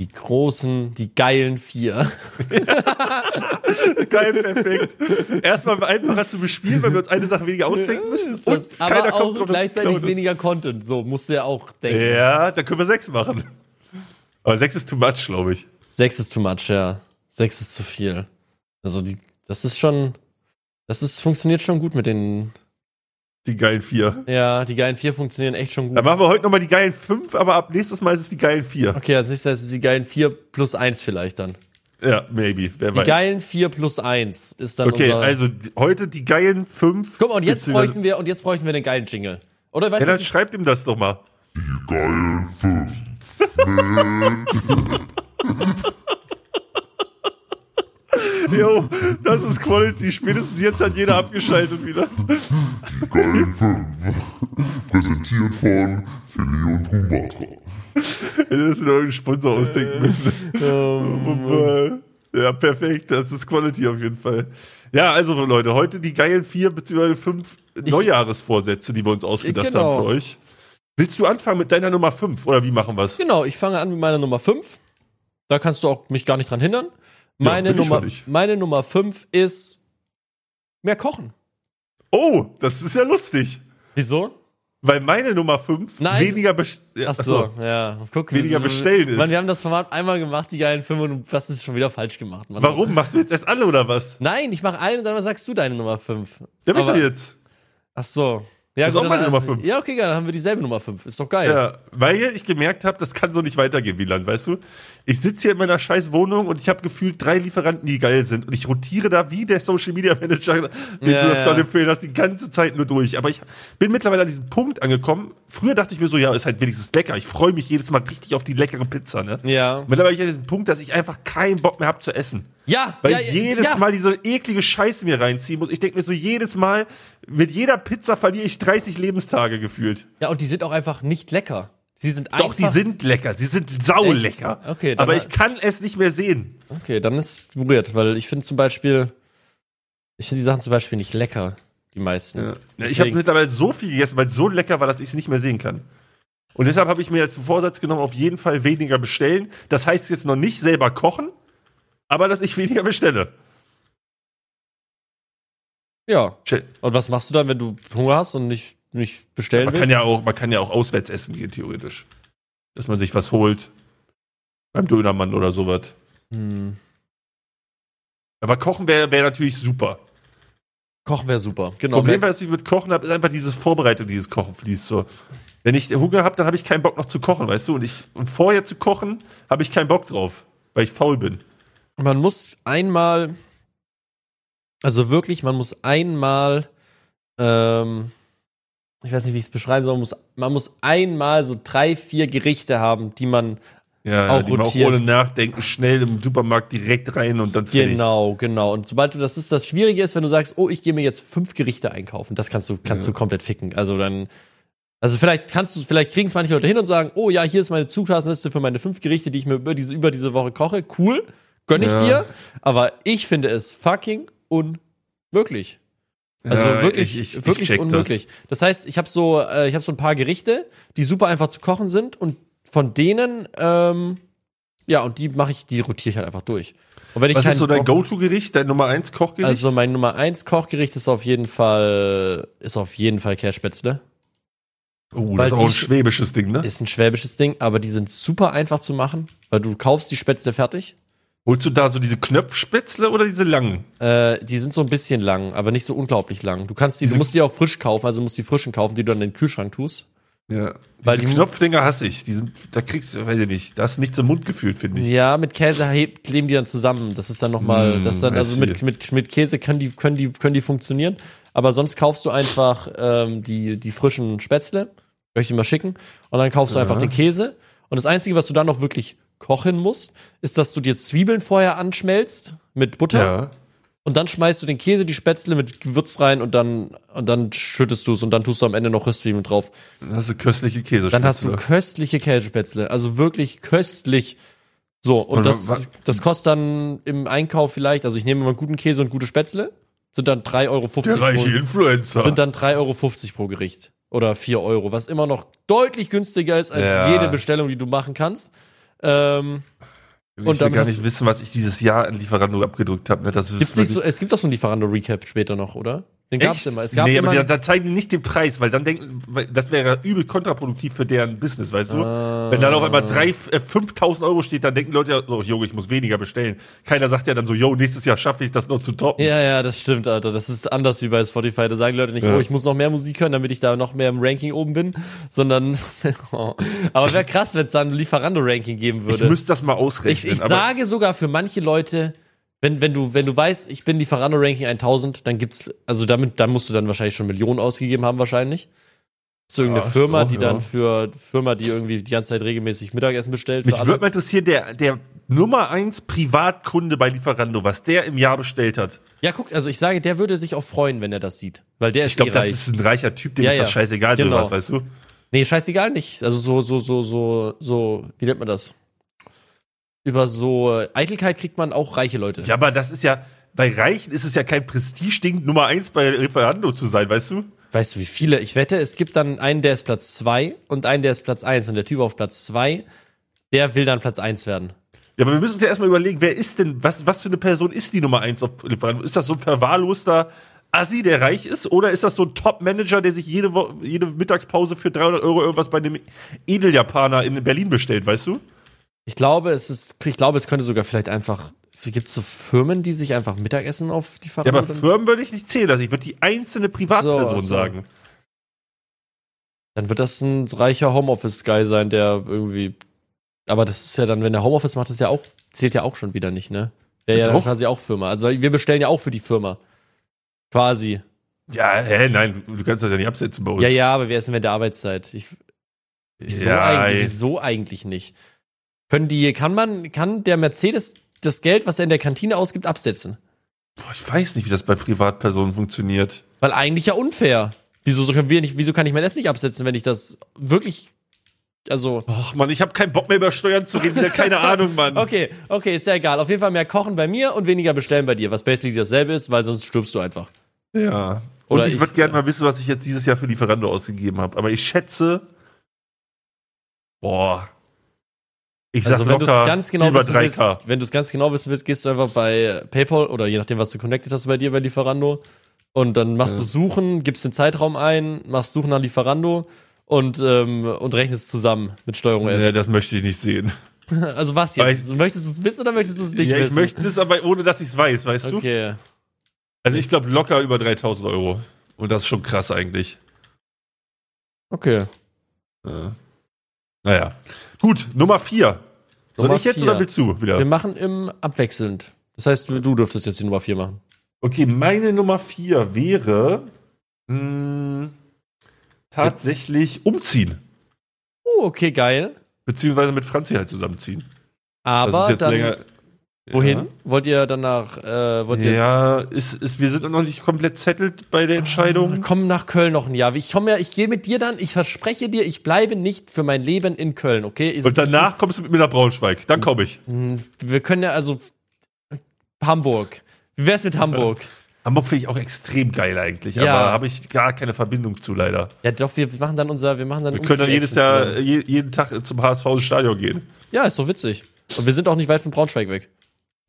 [SPEAKER 2] Die großen, die geilen vier.
[SPEAKER 1] Geil, perfekt. Erstmal einfacher zu bespielen, weil wir uns eine Sache weniger ausdenken müssen.
[SPEAKER 2] Ist das, aber auch
[SPEAKER 1] drauf, dass es
[SPEAKER 2] gleichzeitig
[SPEAKER 1] klauen ist.
[SPEAKER 2] weniger Content. So, musst du ja auch denken.
[SPEAKER 1] Ja, dann können wir sechs machen. Aber sechs ist too much, glaube ich.
[SPEAKER 2] Sechs ist too much, ja. Sechs ist zu viel. Also die, das ist schon, das ist, funktioniert schon gut mit den,
[SPEAKER 1] Die geilen vier.
[SPEAKER 2] ja, die geilen vier funktionieren echt schon
[SPEAKER 1] Dann
[SPEAKER 2] gut.
[SPEAKER 1] machen wir heute nochmal die geilen fünf, aber ab nächstes Mal ist es die geilen vier.
[SPEAKER 2] Okay, als nächstes ist die geilen vier plus eins vielleicht dann.
[SPEAKER 1] Ja, maybe. Wer
[SPEAKER 2] Die
[SPEAKER 1] weiß.
[SPEAKER 2] geilen vier plus eins ist dann
[SPEAKER 1] okay,
[SPEAKER 2] unser.
[SPEAKER 1] also die, heute die geilen fünf.
[SPEAKER 2] Guck mal, und jetzt
[SPEAKER 1] beziehungsweise-
[SPEAKER 2] bräuchten wir, und jetzt bräuchten wir den geilen Jingle. Oder weißt
[SPEAKER 1] Ja,
[SPEAKER 2] du,
[SPEAKER 1] dann
[SPEAKER 2] was ich-
[SPEAKER 1] schreibt ihm das doch mal. Die geilen fünf. Jo, das ist Quality. Spätestens jetzt hat jeder abgeschaltet wieder.
[SPEAKER 3] Geilen 5. Präsentiert von Philly und Rumatra.
[SPEAKER 1] Wir müssen noch irgendeinen Sponsor ausdenken Äh, oh müssen. ja, perfekt. Das ist Quality auf jeden Fall. Ja, also Leute, heute die geilen vier bzw. fünf Neujahresvorsätze, die wir uns ausgedacht
[SPEAKER 2] Genau.
[SPEAKER 1] haben für euch. Willst du anfangen mit deiner Nummer fünf oder wie machen wir es?
[SPEAKER 2] Genau, ich fange an mit meiner Nummer 5. Da kannst du auch mich gar nicht dran hindern. Meine,
[SPEAKER 1] bin ich
[SPEAKER 2] Nummer,
[SPEAKER 1] fertig.
[SPEAKER 2] meine Nummer 5 ist mehr kochen.
[SPEAKER 1] Oh, das ist ja lustig.
[SPEAKER 2] Wieso?
[SPEAKER 1] Weil meine Nummer 5
[SPEAKER 2] Nein.
[SPEAKER 1] weniger, best ja,
[SPEAKER 2] Ach so, ja. Guck,
[SPEAKER 1] Weniger
[SPEAKER 2] wir-
[SPEAKER 1] bestellen ist.
[SPEAKER 2] Mann, wir haben das Format einmal gemacht, die geilen Filme, und das ist schon wieder falsch gemacht. Mann.
[SPEAKER 1] Warum? Machst du jetzt erst alle oder was?
[SPEAKER 2] Nein, ich mache eine und dann sagst du deine Nummer 5.
[SPEAKER 1] Der bist du jetzt.
[SPEAKER 2] Ach so. Ja,
[SPEAKER 1] Ist auch
[SPEAKER 2] dann-
[SPEAKER 1] meine Nummer fünf.
[SPEAKER 2] Ja, okay, geil, dann haben wir dieselbe Nummer 5. Ist doch geil.
[SPEAKER 1] Ja, weil ich gemerkt habe, das kann so nicht weitergehen, Wieland, weißt du? Ich sitze hier in meiner scheiß Wohnung und ich habe gefühlt drei Lieferanten, die geil sind. Und ich rotiere da wie der Social Media Manager, den
[SPEAKER 2] Ja,
[SPEAKER 1] du das
[SPEAKER 2] ja.
[SPEAKER 1] gerade empfehlen hast, die ganze Zeit nur durch. Aber ich bin mittlerweile an diesem Punkt angekommen. Früher dachte ich mir so, ja, ist halt wenigstens lecker. Ich freue mich jedes Mal richtig auf die leckere Pizza, ne?
[SPEAKER 2] Ja.
[SPEAKER 1] Mittlerweile bin ich an diesem Punkt, dass ich einfach keinen Bock mehr habe zu essen.
[SPEAKER 2] Ja,
[SPEAKER 1] Weil
[SPEAKER 2] ja,
[SPEAKER 1] ich jedes
[SPEAKER 2] ja.
[SPEAKER 1] Mal diese eklige Scheiße mir reinziehen muss. Ich denke mir so, jedes Mal, mit jeder Pizza verliere ich 30 Lebenstage gefühlt.
[SPEAKER 2] Ja, und die sind auch einfach nicht lecker. Sie sind
[SPEAKER 1] Doch,
[SPEAKER 2] einfach
[SPEAKER 1] die sind lecker. Sie sind saulecker.
[SPEAKER 2] Echt? Okay, dann
[SPEAKER 1] Aber
[SPEAKER 2] mal-
[SPEAKER 1] ich kann es nicht mehr sehen.
[SPEAKER 2] Okay, dann ist es weird, weil ich finde zum Beispiel, ich finde die Sachen zum Beispiel nicht lecker, die meisten.
[SPEAKER 1] Ja, Ich habe
[SPEAKER 2] Deswegen-
[SPEAKER 1] mittlerweile so viel gegessen, weil es so lecker war, dass ich es nicht mehr sehen kann. Und deshalb habe ich mir jetzt zum Vorsatz genommen, auf jeden Fall weniger bestellen. Das heißt jetzt noch nicht selber kochen, aber dass ich weniger bestelle.
[SPEAKER 2] ja.
[SPEAKER 1] Chill.
[SPEAKER 2] Und was machst du dann, wenn du Hunger hast und nicht, nicht bestellen
[SPEAKER 1] Man
[SPEAKER 2] willst?
[SPEAKER 1] kann, ja auch, man kann ja auch auswärts essen gehen, theoretisch. Dass man sich was holt. Beim Dönermann oder sowas.
[SPEAKER 2] Hm.
[SPEAKER 1] Aber kochen wäre wär natürlich super.
[SPEAKER 2] Kochen wäre super. Genau.
[SPEAKER 1] Problem, was ich mit Kochen habe, ist einfach dieses Vorbereitet, dieses Kochen fließt so. Wenn ich Hunger habe, dann habe ich keinen Bock noch zu kochen, weißt du? Und, ich, und vorher zu kochen, habe ich keinen Bock drauf, weil ich faul bin.
[SPEAKER 2] man muss einmal, also wirklich, man muss einmal, ähm, ich weiß nicht, wie ich es beschreiben soll, man muss, man muss einmal so drei, vier Gerichte haben, die man
[SPEAKER 1] Ja,
[SPEAKER 2] Auch
[SPEAKER 1] die man auch
[SPEAKER 2] rotieren.
[SPEAKER 1] ohne Nachdenken schnell im Supermarkt direkt rein und dann fertig.
[SPEAKER 2] Genau, genau. Und sobald du das ist, das Schwierige ist, wenn du sagst, oh, ich gehe mir jetzt fünf Gerichte einkaufen, das kannst du, kannst du komplett ficken. Also dann, also vielleicht kannst du, vielleicht kriegen es manche Leute hin und sagen, oh ja, hier ist meine Zutatenliste für meine fünf Gerichte, die ich mir über diese, über diese Woche koche. Cool, gönn ich
[SPEAKER 1] Ja.
[SPEAKER 2] dir. Aber ich finde es fucking unmöglich. Also
[SPEAKER 1] Ja,
[SPEAKER 2] wirklich,
[SPEAKER 1] ich- ich- ich
[SPEAKER 2] wirklich
[SPEAKER 1] check das.
[SPEAKER 2] unmöglich. Das. heißt, ich habe so, äh, ich habe so ein paar Gerichte, die super einfach zu kochen sind und von denen, ähm, ja, und die mache ich, die rotiere ich halt einfach durch. Und wenn ich
[SPEAKER 1] Was
[SPEAKER 2] keinen
[SPEAKER 1] ist so dein
[SPEAKER 2] Bock-
[SPEAKER 1] Go-To-Gericht, dein Nummer 1 Kochgericht?
[SPEAKER 2] also mein Nummer 1 Kochgericht ist auf jeden Fall ist auf jeden Fall Kässpätzle.
[SPEAKER 1] oh, das
[SPEAKER 2] weil
[SPEAKER 1] ist auch ein
[SPEAKER 2] die-
[SPEAKER 1] schwäbisches Ding, ne?
[SPEAKER 2] Ist ein schwäbisches Ding, aber die sind super einfach zu machen, weil du kaufst die Spätzle fertig.
[SPEAKER 1] Holst du da so diese Knöpfspätzle oder diese langen?
[SPEAKER 2] Äh, die sind so ein bisschen lang, aber nicht so unglaublich lang. Du kannst die, du
[SPEAKER 1] Diese-
[SPEAKER 2] musst die auch frisch kaufen, also du musst die frischen kaufen, die du dann in den Kühlschrank tust.
[SPEAKER 1] Ja.
[SPEAKER 2] Weil
[SPEAKER 1] Diese
[SPEAKER 2] die-
[SPEAKER 1] Knopfdinger hasse ich. Die sind, da kriegst du, weiß ich nicht, da hast du nichts im Mund gefühlt, finde ich.
[SPEAKER 2] Ja, mit Käse heb- kleben die dann zusammen. Das ist dann nochmal,
[SPEAKER 1] Mm,
[SPEAKER 2] das dann,
[SPEAKER 1] I
[SPEAKER 2] also mit,
[SPEAKER 1] see.
[SPEAKER 2] mit, mit Käse können die, können die, können die funktionieren. Aber sonst kaufst du einfach ähm, die, die frischen Spätzle, möchte ich dir mal schicken, und dann kaufst du einfach den Käse. Und das Einzige, was du dann noch wirklich kochen musst, ist, dass du dir Zwiebeln vorher anschmelzt mit Butter und dann schmeißt du den Käse, die Spätzle mit Gewürz rein und dann, und dann schüttest du es und dann tust du am Ende noch Röstzwiebeln drauf.
[SPEAKER 1] Dann hast du köstliche Käsespätzle.
[SPEAKER 2] Dann hast du köstliche Käsespätzle. Also wirklich köstlich. So, und
[SPEAKER 1] Und wa-
[SPEAKER 2] das,
[SPEAKER 1] wa-
[SPEAKER 2] das kostet dann im Einkauf vielleicht, also ich nehme immer guten Käse und gute Spätzle, sind dann 3,50 Euro
[SPEAKER 1] Der reiche
[SPEAKER 2] pro,
[SPEAKER 1] Influencer.
[SPEAKER 2] sind dann 3,50 Euro pro Gericht oder 4 Euro, was immer noch deutlich günstiger ist als
[SPEAKER 1] Ja.
[SPEAKER 2] jede Bestellung, die du machen kannst. Ähm,
[SPEAKER 1] ich
[SPEAKER 2] und
[SPEAKER 1] will
[SPEAKER 2] dann
[SPEAKER 1] gar
[SPEAKER 2] hast-
[SPEAKER 1] nicht wissen, was ich dieses Jahr in Lieferando abgedrückt habe. Ne? Das ist
[SPEAKER 2] gibt's
[SPEAKER 1] wirklich-
[SPEAKER 2] nicht so, es gibt doch so einen Lieferando-Recap später noch, oder? Den
[SPEAKER 1] Echt?
[SPEAKER 2] gab's immer. Es gab
[SPEAKER 1] nee,
[SPEAKER 2] immer
[SPEAKER 1] aber da, da zeigen die nicht den Preis, weil dann denken, weil das wäre übel kontraproduktiv für deren Business, weißt du?
[SPEAKER 2] Ah.
[SPEAKER 1] Wenn dann auf einmal drei, äh, 5000 Euro steht, dann denken Leute ja, oh Junge, ich muss weniger bestellen. Keiner sagt ja dann so, yo, nächstes Jahr schaffe ich das noch zu toppen.
[SPEAKER 2] Ja, ja, das stimmt, Alter. Das ist anders wie bei Spotify. Da sagen Leute nicht,
[SPEAKER 1] Ja.
[SPEAKER 2] oh, ich muss noch mehr Musik hören, damit ich da noch mehr im Ranking oben bin, sondern. oh. Aber wäre krass, wenn es da ein Lieferando-Ranking geben
[SPEAKER 1] ich
[SPEAKER 2] würde.
[SPEAKER 1] müsste das mal
[SPEAKER 2] Ich,
[SPEAKER 1] ausrechnen.
[SPEAKER 2] ich sage sogar für manche Leute, wenn, wenn, du, wenn du weißt, ich bin Lieferando-Ranking 1000, dann gibt's, also damit, dann musst du dann wahrscheinlich schon Millionen ausgegeben haben, wahrscheinlich. Zu irgendeiner
[SPEAKER 1] Ja,
[SPEAKER 2] Firma,
[SPEAKER 1] doch,
[SPEAKER 2] die
[SPEAKER 1] ja.
[SPEAKER 2] dann für Firma, die irgendwie die ganze Zeit regelmäßig Mittagessen bestellt. für
[SPEAKER 1] Mich
[SPEAKER 2] alle.
[SPEAKER 1] würde mal interessieren, der, der Nummer 1 Privatkunde bei Lieferando, was der im Jahr bestellt hat.
[SPEAKER 2] ja, guck, also ich sage, der würde sich auch freuen, wenn er das sieht. Weil der
[SPEAKER 1] Ich
[SPEAKER 2] ist
[SPEAKER 1] glaube,
[SPEAKER 2] eh
[SPEAKER 1] das
[SPEAKER 2] reich.
[SPEAKER 1] ist ein reicher Typ, dem
[SPEAKER 2] Ja,
[SPEAKER 1] ist das
[SPEAKER 2] ja.
[SPEAKER 1] scheißegal,
[SPEAKER 2] Genau.
[SPEAKER 1] sowas, weißt du?
[SPEAKER 2] Nee, scheißegal nicht. Also so, so, so, so, so, wie nennt man das? Über so äh, Eitelkeit kriegt man auch reiche Leute.
[SPEAKER 1] Ja, aber das ist ja, bei Reichen ist es ja kein Prestigeding, Nummer 1 bei Lieferando zu sein, weißt du?
[SPEAKER 2] Weißt du, wie viele? Ich wette, es gibt dann einen, der ist Platz zwei und einen, der ist Platz eins Und der Typ auf Platz zwei, der will dann Platz eins werden.
[SPEAKER 1] Ja, aber wir müssen uns ja erstmal überlegen, wer ist denn, was, was für eine Person ist die Nummer 1 auf Lieferando? Ist das so ein verwahrloster Assi, der reich ist? Oder ist das so ein Top-Manager, der sich jede, Wo jede Mittagspause für 300 Euro irgendwas bei einem Edeljapaner in Berlin bestellt, weißt du?
[SPEAKER 2] Ich glaube, es ist, ich glaube, es könnte sogar vielleicht einfach, gibt es so Firmen, die sich einfach Mittagessen auf die
[SPEAKER 1] Ja, aber
[SPEAKER 2] Verantwortung?
[SPEAKER 1] Firmen würde ich nicht zählen. Also ich würde die einzelne Privatperson
[SPEAKER 2] So, so.
[SPEAKER 1] sagen.
[SPEAKER 2] Dann wird das ein reicher Homeoffice-Guy sein, der irgendwie. Aber das ist ja dann, wenn der Homeoffice macht, das ja auch, zählt ja auch schon wieder nicht, ne? Wäre ja dann
[SPEAKER 1] Doch.
[SPEAKER 2] quasi auch Firma. Also wir bestellen ja auch für die Firma. Quasi.
[SPEAKER 1] Ja, hä, nein, du kannst das ja nicht absetzen bei uns.
[SPEAKER 2] Ja, ja, aber wir essen während der Arbeitszeit. Ich, wieso,
[SPEAKER 1] Ja,
[SPEAKER 2] eigentlich, wieso eigentlich nicht? Können die, kann man, kann der Mercedes das Geld, was er in der Kantine ausgibt, absetzen?
[SPEAKER 1] boah, Oh, ich weiß nicht, wie das bei Privatpersonen funktioniert.
[SPEAKER 2] Weil eigentlich ja unfair. Wieso so können wir nicht, wieso kann ich mein Essen nicht absetzen, wenn ich das wirklich, also.
[SPEAKER 1] Och Mann, ich habe keinen Bock mehr über Steuern zu reden, wieder keine Ahnung, Mann.
[SPEAKER 2] Okay, okay, ist ja egal. Auf jeden Fall mehr kochen bei mir und weniger bestellen bei dir, was basically dasselbe ist, weil sonst stirbst du einfach.
[SPEAKER 1] Ja. Und
[SPEAKER 2] Oder
[SPEAKER 1] ich,
[SPEAKER 2] ich-
[SPEAKER 1] würde gerne mal wissen, was ich jetzt dieses Jahr für Lieferando ausgegeben habe. Aber ich schätze, boah, ich sag
[SPEAKER 2] Also wenn du es
[SPEAKER 1] locker
[SPEAKER 2] ganz genau
[SPEAKER 1] über
[SPEAKER 2] wissen
[SPEAKER 1] 3K.
[SPEAKER 2] willst, wenn du es ganz genau wissen willst, gehst du einfach bei PayPal oder je nachdem, was du connected hast bei dir bei Lieferando und dann machst du Suchen, gibst den Zeitraum ein, machst Suchen nach Lieferando und ähm, und rechnest zusammen mit Steuerung F.
[SPEAKER 1] Nee, das möchte ich nicht sehen.
[SPEAKER 2] Also was jetzt? möchtest du es wissen oder möchtest du es nicht
[SPEAKER 1] ja, ich
[SPEAKER 2] wissen?
[SPEAKER 1] möchte es aber ohne, dass ich es weiß, weißt du?
[SPEAKER 2] okay.
[SPEAKER 1] Also ich glaube locker über 3000 Euro. Und das ist schon krass eigentlich.
[SPEAKER 2] Okay.
[SPEAKER 1] Ja. Naja. Gut, Nummer 4. Soll
[SPEAKER 2] Nummer
[SPEAKER 1] ich jetzt
[SPEAKER 2] vier.
[SPEAKER 1] oder willst du wieder?
[SPEAKER 2] Wir machen im abwechselnd. Das heißt, du, du dürftest jetzt die Nummer 4 machen.
[SPEAKER 1] Okay, meine Nummer 4 wäre mh, tatsächlich umziehen.
[SPEAKER 2] Oh, okay, geil.
[SPEAKER 1] Beziehungsweise mit Franzi halt zusammenziehen.
[SPEAKER 2] Aber
[SPEAKER 1] das ist jetzt
[SPEAKER 2] dann
[SPEAKER 1] länger.
[SPEAKER 2] Wohin? Wollt ihr danach, äh, wollt
[SPEAKER 1] Ja,
[SPEAKER 2] ihr.
[SPEAKER 1] ja ist, ist, wir sind noch nicht komplett zettelt bei
[SPEAKER 2] Ah,
[SPEAKER 1] der Entscheidung.
[SPEAKER 2] Komm nach Köln noch ein Jahr. Ich komme ja, ich gehe mit dir dann, ich verspreche dir, ich bleibe nicht für mein Leben in Köln, okay? Es
[SPEAKER 1] Und danach kommst du mit mir nach Braunschweig. Dann komme ich.
[SPEAKER 2] Ist, wir können ja also. Hamburg. Wie wär's mit Hamburg?
[SPEAKER 1] Hamburg finde ich auch extrem geil eigentlich,
[SPEAKER 2] Ja.
[SPEAKER 1] aber habe ich gar keine Verbindung zu leider.
[SPEAKER 2] Ja, doch, wir machen dann unser, wir machen dann
[SPEAKER 1] Wir können dann jedes Jahr, je, jeden Tag zum HSV-Stadion gehen.
[SPEAKER 2] Ja, ist doch witzig. Und wir sind auch nicht weit von Braunschweig weg.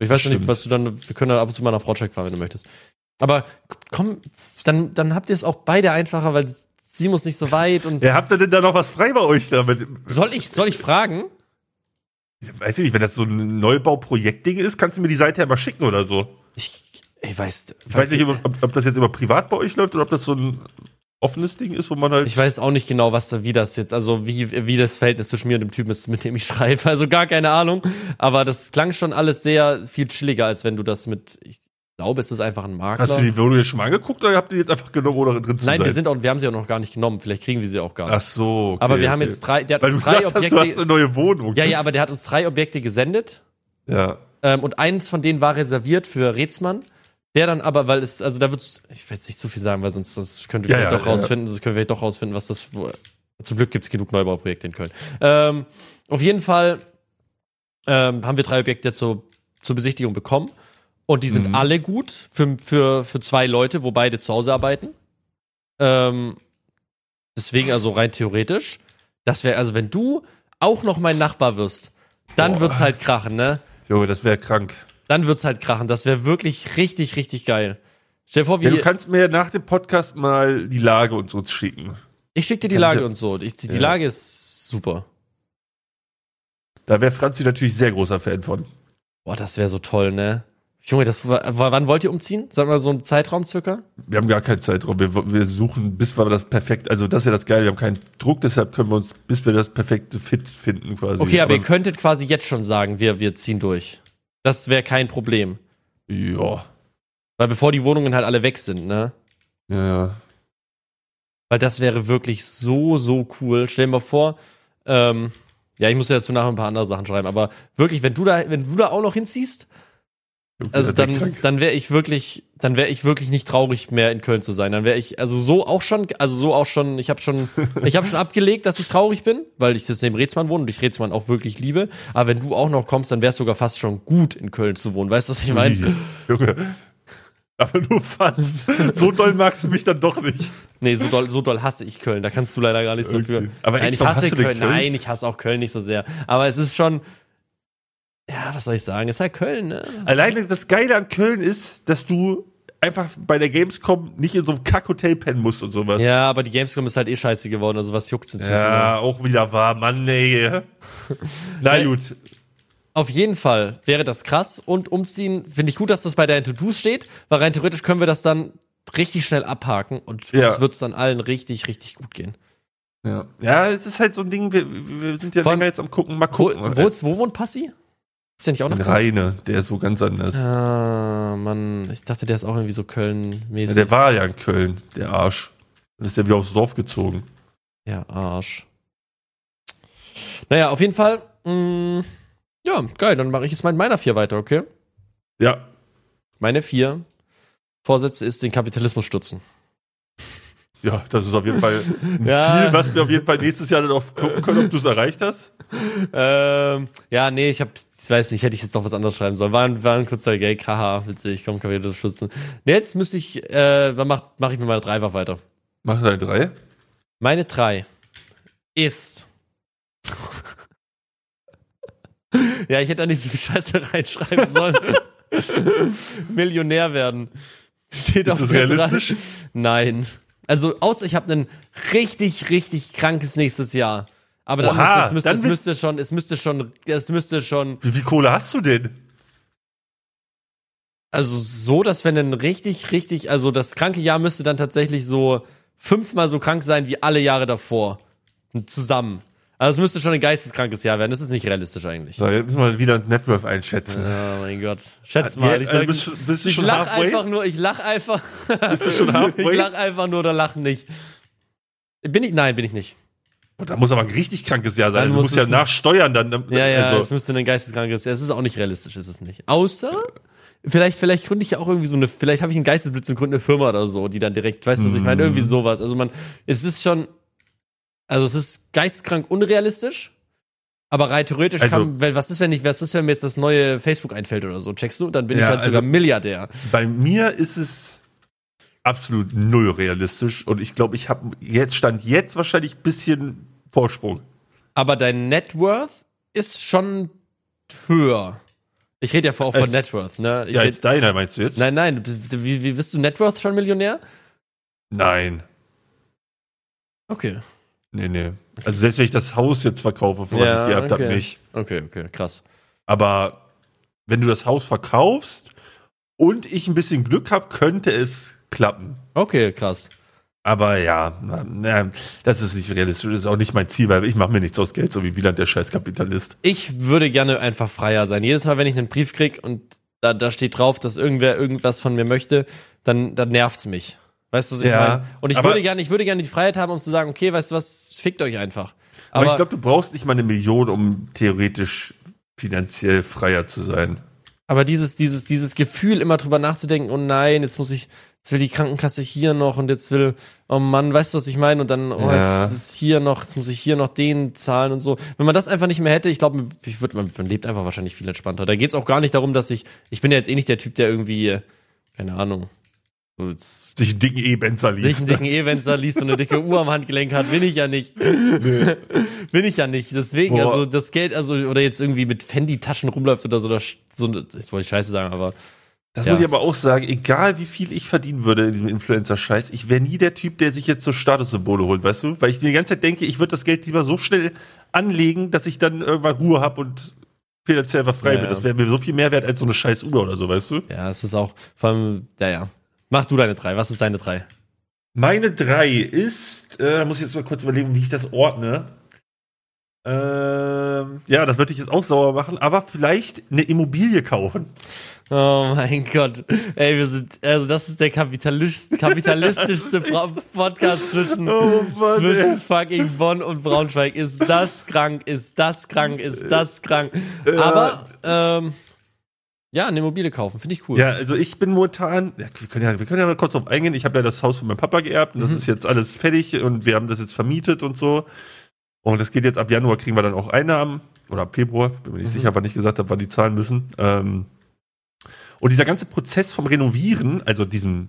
[SPEAKER 2] Ich weiß ja nicht,
[SPEAKER 1] Stimmt.
[SPEAKER 2] was du dann. Wir können dann ab und zu mal nach Braunschweig fahren, wenn du möchtest. Aber komm, dann, dann habt ihr es auch beide einfacher, weil sie muss nicht so weit und.
[SPEAKER 1] Ja, habt ihr denn da noch was frei bei euch damit?
[SPEAKER 2] Soll ich, soll ich fragen?
[SPEAKER 1] Weiß ich nicht, wenn das so ein Neubauprojektding ist, kannst du mir die Seite ja mal schicken oder so.
[SPEAKER 2] Ich, ich weiß,
[SPEAKER 1] Ich weiß nicht, ob, ob das jetzt über privat bei euch läuft oder ob das so ein offenes Ding ist, wo man halt.
[SPEAKER 2] ich weiß auch nicht genau, was da- wie das jetzt, also wie, wie das Verhältnis zwischen mir und dem Typen ist, mit dem ich schreibe. Also gar keine Ahnung. Aber das klang schon alles sehr viel chilliger, als wenn du das mit, ich glaube, es ist einfach ein Makler.
[SPEAKER 1] Hast du die Wohnung jetzt schon mal angeguckt oder habt ihr die jetzt einfach genommen, ohne drin zu sein?
[SPEAKER 2] Nein, wir sind auch, wir haben sie auch noch gar nicht genommen. Vielleicht kriegen wir sie auch gar nicht.
[SPEAKER 1] Ach so. okay,
[SPEAKER 2] aber wir haben
[SPEAKER 1] okay.
[SPEAKER 2] jetzt drei, der hat
[SPEAKER 1] Weil du
[SPEAKER 2] uns drei
[SPEAKER 1] gesagt hast, du hast
[SPEAKER 2] Objekte.
[SPEAKER 1] eine neue Wohnung.
[SPEAKER 2] Ja, ja, aber der hat uns drei Objekte gesendet.
[SPEAKER 1] Ja.
[SPEAKER 2] Ähm, und eins von denen war reserviert für Rätsmann. Der dann aber, weil es, also da wird's, ich will jetzt nicht zu viel sagen, weil sonst, sonst könnte ich
[SPEAKER 1] Ja,
[SPEAKER 2] vielleicht
[SPEAKER 1] ja,
[SPEAKER 2] doch
[SPEAKER 1] ja,
[SPEAKER 2] rausfinden, sonst können wir vielleicht doch rausfinden, was das, wo, zum Glück gibt's genug Neubauprojekte in Köln. Ähm, auf jeden Fall ähm, haben wir drei Objekte zur, zur Besichtigung bekommen. Und die
[SPEAKER 1] Mhm.
[SPEAKER 2] sind alle gut für, für, für zwei Leute, wo beide zu Hause arbeiten. Ähm, deswegen also rein theoretisch, das wäre, also wenn du auch noch mein Nachbar wirst, dann
[SPEAKER 1] Boah.
[SPEAKER 2] wird's halt krachen, ne?
[SPEAKER 1] Junge, das wäre krank.
[SPEAKER 2] Dann wird's halt krachen. Das wäre wirklich richtig, richtig geil. Stell dir vor, wie
[SPEAKER 1] Ja, du kannst mir nach dem Podcast mal die Lage uns, uns schicken.
[SPEAKER 2] ich schick dir die
[SPEAKER 1] kannst
[SPEAKER 2] Lage
[SPEAKER 1] ja-
[SPEAKER 2] und so. Ich, die
[SPEAKER 1] Ja.
[SPEAKER 2] Lage ist super.
[SPEAKER 1] Da wäre Franzi natürlich sehr großer Fan von.
[SPEAKER 2] Boah, das wäre so toll, ne? Junge, das war, wann wollt ihr umziehen? Sag mal so einen Zeitraum circa?
[SPEAKER 1] Wir haben gar keinen Zeitraum. Wir, wir suchen, bis wir das perfekt, also das ist ja das Geile, wir haben keinen Druck, deshalb können wir uns, bis wir das perfekte Fit finden quasi.
[SPEAKER 2] Okay, aber, ihr könntet quasi jetzt schon sagen, wir, wir ziehen durch. Das wäre kein Problem.
[SPEAKER 1] Ja,
[SPEAKER 2] Weil bevor die Wohnungen halt alle weg sind, ne?
[SPEAKER 1] ja, ja.
[SPEAKER 2] Weil das wäre wirklich so, so cool. Stell dir mal vor, ähm, ja, ich muss ja dazu nachher ein paar andere Sachen schreiben, aber wirklich, wenn du da, wenn du da auch noch hinziehst,
[SPEAKER 1] Junge,
[SPEAKER 2] also
[SPEAKER 1] das wär
[SPEAKER 2] dann,
[SPEAKER 1] krank.
[SPEAKER 2] dann wäre ich wirklich, dann wäre ich wirklich nicht traurig mehr in Köln zu sein. Dann wäre ich, also so auch schon, also so auch schon, ich habe schon, ich habe schon abgelegt, dass ich traurig bin, weil ich jetzt neben Rezmann wohne und ich Rezmann auch wirklich liebe. Aber wenn du auch noch kommst, dann wär's sogar fast schon gut, in Köln zu wohnen. Weißt du, was ich meine?
[SPEAKER 1] Junge. Aber nur fast. So doll magst du mich dann doch nicht.
[SPEAKER 2] Nee, so doll, so doll hasse ich Köln. Da kannst du leider gar nichts
[SPEAKER 1] Okay.
[SPEAKER 2] dafür.
[SPEAKER 1] Aber
[SPEAKER 2] Nein,
[SPEAKER 1] echt,
[SPEAKER 2] ich
[SPEAKER 1] warum
[SPEAKER 2] hasse
[SPEAKER 1] hast du denn
[SPEAKER 2] Köln.
[SPEAKER 1] Köln?
[SPEAKER 2] Nein, ich hasse auch Köln nicht so sehr. Aber es ist schon. Ja, was soll ich sagen? Es ist halt Köln, ne?
[SPEAKER 1] Alleine das Geile an Köln ist, dass du einfach bei der Gamescom nicht in so einem Kackhotel pennen musst und sowas.
[SPEAKER 2] Ja, aber die Gamescom ist halt eh scheiße geworden, also was juckt's inzwischen?
[SPEAKER 1] Ja, auch wieder wahr, Mann, ey. Na gut.
[SPEAKER 2] Auf jeden Fall wäre das krass und umziehen, finde ich gut, dass das bei deinen To-Dos steht, weil rein theoretisch können wir das dann richtig schnell abhaken und
[SPEAKER 1] Ja.
[SPEAKER 2] uns wird's dann allen richtig, richtig gut gehen.
[SPEAKER 1] Ja. ja, es ist halt so ein Ding, wir, wir sind ja
[SPEAKER 2] Vor allem-
[SPEAKER 1] länger jetzt am gucken, mal
[SPEAKER 2] Wo,
[SPEAKER 1] gucken.
[SPEAKER 2] wo, ist, wo wohnt Passi? Ist der nicht auch noch
[SPEAKER 1] In
[SPEAKER 2] Köln?
[SPEAKER 1] Reine, der ist so ganz anders.
[SPEAKER 2] Ah, Mann, ich dachte, der ist auch irgendwie so
[SPEAKER 1] Ja,
[SPEAKER 2] Köln-mäßig.
[SPEAKER 1] der war ja in Köln, der Arsch. Dann ist der wieder aufs Dorf gezogen.
[SPEAKER 2] Ja, Arsch. Naja, auf jeden Fall. Mh, ja, geil. Dann mache ich jetzt mal in meiner vier weiter, okay?
[SPEAKER 1] Ja.
[SPEAKER 2] Meine vier Vorsätze ist den Kapitalismus stützen.
[SPEAKER 1] Ja, das ist auf jeden Fall ein
[SPEAKER 2] Ja.
[SPEAKER 1] Ziel, was wir auf jeden Fall nächstes Jahr dann auch gucken können, ob du es erreicht hast.
[SPEAKER 2] Ähm, ja, nee, ich hab, ich weiß nicht, hätte ich jetzt noch was anderes schreiben sollen. War, ein- war ein kurzer Gag, haha, witzig, komm, Kapitalismus stützen. Nee, jetzt müsste ich, äh, dann mach, mach ich mit meiner drei einfach weiter.
[SPEAKER 1] Mach deine drei.
[SPEAKER 2] Meine drei ist. ja, ich hätte da nicht so viel Scheiße reinschreiben sollen. Millionär werden. Steht auf
[SPEAKER 1] das
[SPEAKER 2] der drei.
[SPEAKER 1] realistisch?
[SPEAKER 2] Nein. Also, außer ich habe ein richtig, richtig krankes nächstes Jahr. Aber dann
[SPEAKER 1] Oha,
[SPEAKER 2] müsste, es, müsste,
[SPEAKER 1] dann
[SPEAKER 2] es
[SPEAKER 1] wird-
[SPEAKER 2] müsste schon, es müsste schon, es müsste schon,
[SPEAKER 1] Wie viel Kohle hast du denn?
[SPEAKER 2] also so, dass wenn ein richtig, richtig, also das kranke Jahr müsste dann tatsächlich so fünfmal so krank sein wie alle Jahre davor. Zusammen. Also es müsste schon ein geisteskrankes Jahr werden. Das ist nicht realistisch eigentlich.
[SPEAKER 1] So, jetzt müssen wir wieder ins Network einschätzen.
[SPEAKER 2] Oh mein Gott. Schätz
[SPEAKER 1] Also,
[SPEAKER 2] mal. Ich,
[SPEAKER 1] also
[SPEAKER 2] sag,
[SPEAKER 1] bist, du- bist du
[SPEAKER 2] ich
[SPEAKER 1] schon
[SPEAKER 2] lach
[SPEAKER 1] halfway?
[SPEAKER 2] einfach nur, ich lach einfach.
[SPEAKER 1] Bist du schon
[SPEAKER 2] ich
[SPEAKER 1] halfway?
[SPEAKER 2] lach einfach nur oder lach nicht. Bin ich? Nein, bin ich nicht.
[SPEAKER 1] Und da muss aber ein richtig krankes Jahr sein.
[SPEAKER 2] Dann
[SPEAKER 1] Du
[SPEAKER 2] muss
[SPEAKER 1] musst ja
[SPEAKER 2] es-
[SPEAKER 1] nachsteuern dann. dann-
[SPEAKER 2] Ja, ja, es
[SPEAKER 1] also,
[SPEAKER 2] müsste ein geisteskrankes. Ja, es ist auch nicht realistisch, ist es nicht. Außer, vielleicht, vielleicht gründe ich ja auch irgendwie so eine, vielleicht habe ich einen Geistesblitz und gründe eine Firma oder so, die dann direkt, weißt du, was ich meine,
[SPEAKER 1] Mhm.
[SPEAKER 2] irgendwie sowas. Also man, es ist schon, also es ist geisteskrank unrealistisch, aber rein theoretisch
[SPEAKER 1] Also-
[SPEAKER 2] kann, weil was ist, wenn ich, was ist, wenn mir jetzt das neue Facebook einfällt oder so, checkst du? Dann bin ich
[SPEAKER 1] Ja,
[SPEAKER 2] halt sogar
[SPEAKER 1] also-
[SPEAKER 2] Milliardär.
[SPEAKER 1] bei mir ist es absolut null realistisch. Und ich glaube, ich habe jetzt stand jetzt wahrscheinlich ein bisschen Vorsprung.
[SPEAKER 2] Aber dein Net Worth ist schon höher. Ich rede ja vor- auch von
[SPEAKER 1] Als-
[SPEAKER 2] Net Worth, ne? Ich
[SPEAKER 1] Ja,
[SPEAKER 2] red,
[SPEAKER 1] jetzt deiner meinst du jetzt?
[SPEAKER 2] nein, nein, wie, wie bist du Net Worth schon Millionär?
[SPEAKER 1] Nein.
[SPEAKER 2] Okay.
[SPEAKER 1] Nee, nee. Also selbst wenn ich das Haus jetzt verkaufe, von was
[SPEAKER 2] Ja,
[SPEAKER 1] ich geerbt hab,
[SPEAKER 2] okay.
[SPEAKER 1] habe, nicht.
[SPEAKER 2] Okay, okay, krass.
[SPEAKER 1] Aber wenn du das Haus verkaufst und ich ein bisschen Glück habe, könnte es klappen.
[SPEAKER 2] Okay, krass.
[SPEAKER 1] Aber ja, na, na, das ist nicht realistisch, das ist auch nicht mein Ziel, weil ich mache mir nichts aus Geld, so wie Wieland, der Scheißkapitalist.
[SPEAKER 2] Ich würde gerne einfach freier sein. Jedes Mal, wenn ich einen Brief krieg und da, da steht drauf, dass irgendwer irgendwas von mir möchte, dann, dann nervt's mich. Weißt du, was ich
[SPEAKER 1] Ja,
[SPEAKER 2] meine? Und ich
[SPEAKER 1] aber-
[SPEAKER 2] würde gerne, ich würde gerne die Freiheit haben, um zu sagen, okay, weißt du was, fickt euch einfach.
[SPEAKER 1] Aber,
[SPEAKER 2] Aber,
[SPEAKER 1] ich glaube, du brauchst nicht mal eine Million, um theoretisch finanziell freier zu sein.
[SPEAKER 2] aber dieses, dieses, dieses Gefühl, immer drüber nachzudenken, oh nein, jetzt muss ich, jetzt will die Krankenkasse hier noch und jetzt will, oh Mann, weißt du, was ich meine? Und dann, oh,
[SPEAKER 4] Ja.
[SPEAKER 2] jetzt ist hier noch, jetzt muss ich hier noch den zahlen und so. Wenn man das einfach nicht mehr hätte, ich glaube, ich würde, man, man lebt einfach wahrscheinlich viel entspannter. Da geht's auch gar nicht darum, dass ich, ich bin ja jetzt eh nicht der Typ, der irgendwie, äh, keine Ahnung, so jetzt
[SPEAKER 1] Sich einen dicken E-Benzer
[SPEAKER 2] sich
[SPEAKER 1] liest.
[SPEAKER 2] einen dicken E-Wenzer liest und eine dicke Uhr am Handgelenk hat, bin ich ja nicht. bin ich ja nicht. Deswegen,
[SPEAKER 1] Boah.
[SPEAKER 2] also das Geld, also, oder jetzt irgendwie mit Fendi-Taschen rumläuft oder so, das, so eine- ich wollte Scheiße sagen, aber
[SPEAKER 1] Das
[SPEAKER 2] Ja.
[SPEAKER 1] muss ich aber auch sagen, egal wie viel ich verdienen würde in diesem Influencer-Scheiß, ich wäre nie der Typ, der sich jetzt so Statussymbole holt, weißt du? Weil ich die ganze Zeit denke, ich würde das Geld lieber so schnell anlegen, dass ich dann irgendwann Ruhe habe und finanziell einfach frei
[SPEAKER 2] Ja,
[SPEAKER 1] bin.
[SPEAKER 2] ja.
[SPEAKER 1] Das wäre mir so viel mehr wert als so eine scheiß Uhr oder so, weißt du?
[SPEAKER 2] ja, es ist auch, vor allem, ja, ja. Mach du deine drei. Was ist deine drei?
[SPEAKER 1] Meine drei ist, äh, da muss ich jetzt mal kurz überlegen, wie ich das ordne. Ähm, ja, das würde ich jetzt auch sauer machen, aber vielleicht eine Immobilie kaufen.
[SPEAKER 2] Oh mein Gott. Ey, wir sind, also das ist der kapitalist, kapitalistischste Pro- Podcast zwischen,
[SPEAKER 1] Oh Mann,
[SPEAKER 2] zwischen fucking Bonn und Braunschweig. Ist das krank, ist das krank, ist das krank. Aber, ähm, ja, eine Immobilie kaufen, finde ich cool.
[SPEAKER 1] Ja, also ich bin momentan, ja, wir, können ja, wir können ja mal kurz drauf eingehen, ich habe ja das Haus von meinem Papa geerbt und das ist jetzt alles fertig und wir haben das jetzt vermietet und so. Und das geht jetzt ab Januar, kriegen wir dann auch Einnahmen oder ab Februar, bin mir nicht sicher, wann ich gesagt habe, wann die zahlen müssen. Ähm, und dieser ganze Prozess vom Renovieren, also diesem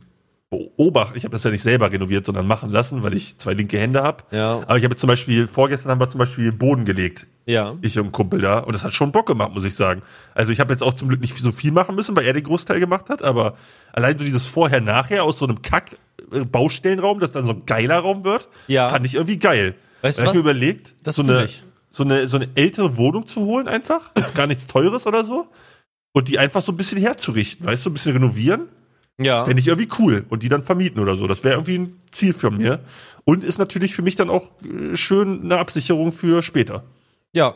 [SPEAKER 1] Beobachten, ich habe das ja nicht selber renoviert, sondern machen lassen, weil ich zwei linke Hände habe.
[SPEAKER 2] Ja,
[SPEAKER 1] Aber ich habe jetzt zum Beispiel, vorgestern haben wir zum Beispiel Boden gelegt
[SPEAKER 2] ja.
[SPEAKER 1] ich und ein Kumpel da. Und das hat schon Bock gemacht, muss ich sagen. Also ich habe jetzt auch zum Glück nicht so viel machen müssen, weil er den Großteil gemacht hat, aber allein so dieses Vorher-Nachher aus so einem Kack-Baustellenraum, das dann so ein geiler Raum wird,
[SPEAKER 2] Ja.
[SPEAKER 1] fand ich irgendwie geil.
[SPEAKER 2] Weißt du
[SPEAKER 1] Da hab ich
[SPEAKER 2] was?
[SPEAKER 1] mir überlegt,
[SPEAKER 2] Das
[SPEAKER 1] so,
[SPEAKER 2] fühl
[SPEAKER 1] eine,
[SPEAKER 2] ich.
[SPEAKER 1] so, eine, so eine ältere Wohnung zu holen einfach, jetzt gar nichts Teures oder so, und die einfach so ein bisschen herzurichten, weißt du, ein bisschen renovieren.
[SPEAKER 2] Ja.
[SPEAKER 1] Fände ich irgendwie cool. Und die dann vermieten oder so. Das wäre irgendwie ein Ziel für mir. Und ist natürlich für mich dann auch äh, schön eine Absicherung für später.
[SPEAKER 2] Ja.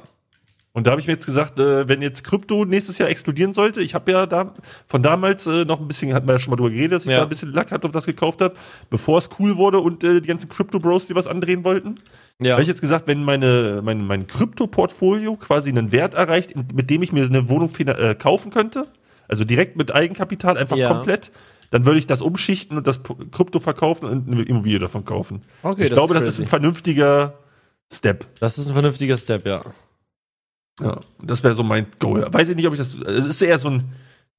[SPEAKER 1] Und da habe ich mir jetzt gesagt, äh, wenn jetzt Krypto nächstes Jahr explodieren sollte, ich habe ja da, von damals äh, noch ein bisschen, hatten wir ja schon mal drüber geredet, dass ich
[SPEAKER 2] Ja.
[SPEAKER 1] da ein bisschen Lack hatte und das gekauft habe, bevor es cool wurde und äh, die ganzen Krypto-Bros, die was andrehen wollten.
[SPEAKER 2] Ja.
[SPEAKER 1] Habe ich jetzt gesagt, wenn meine, mein, mein Krypto-Portfolio quasi einen Wert erreicht, in- mit dem ich mir eine Wohnung fina- äh, kaufen könnte, also direkt mit Eigenkapital, einfach
[SPEAKER 2] Ja.
[SPEAKER 1] komplett, dann würde ich das umschichten und das P- Krypto verkaufen und eine Immobilie davon kaufen.
[SPEAKER 2] Okay,
[SPEAKER 1] ich
[SPEAKER 2] das
[SPEAKER 1] glaube,
[SPEAKER 2] ist
[SPEAKER 1] das ist ein
[SPEAKER 2] crazy.
[SPEAKER 1] vernünftiger Step.
[SPEAKER 2] Das ist ein vernünftiger Step, ja.
[SPEAKER 1] Ja, das wäre so mein Goal. Weiß ich nicht, ob ich das. Es ist eher so ein.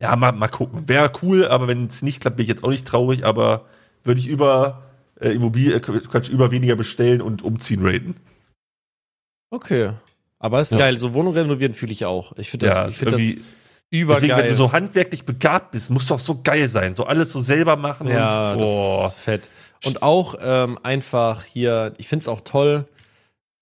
[SPEAKER 1] Ja, mal, mal gucken. Wäre cool, aber wenn es nicht klappt, bin ich jetzt auch nicht traurig, aber würde ich über äh, Immobilie, äh, Quatsch, über weniger bestellen und umziehen raten.
[SPEAKER 2] Okay. Aber ist
[SPEAKER 1] Ja.
[SPEAKER 2] geil. So Wohnung renovieren fühle ich auch. Ich finde das,
[SPEAKER 1] ja,
[SPEAKER 2] ich finde das
[SPEAKER 1] irgendwie-
[SPEAKER 2] übergeil.
[SPEAKER 1] deswegen, wenn du so handwerklich begabt bist, muss doch so geil sein. So alles so selber machen
[SPEAKER 2] Ja,
[SPEAKER 1] und
[SPEAKER 2] das ist fett. Und auch ähm, einfach hier, ich find's auch toll,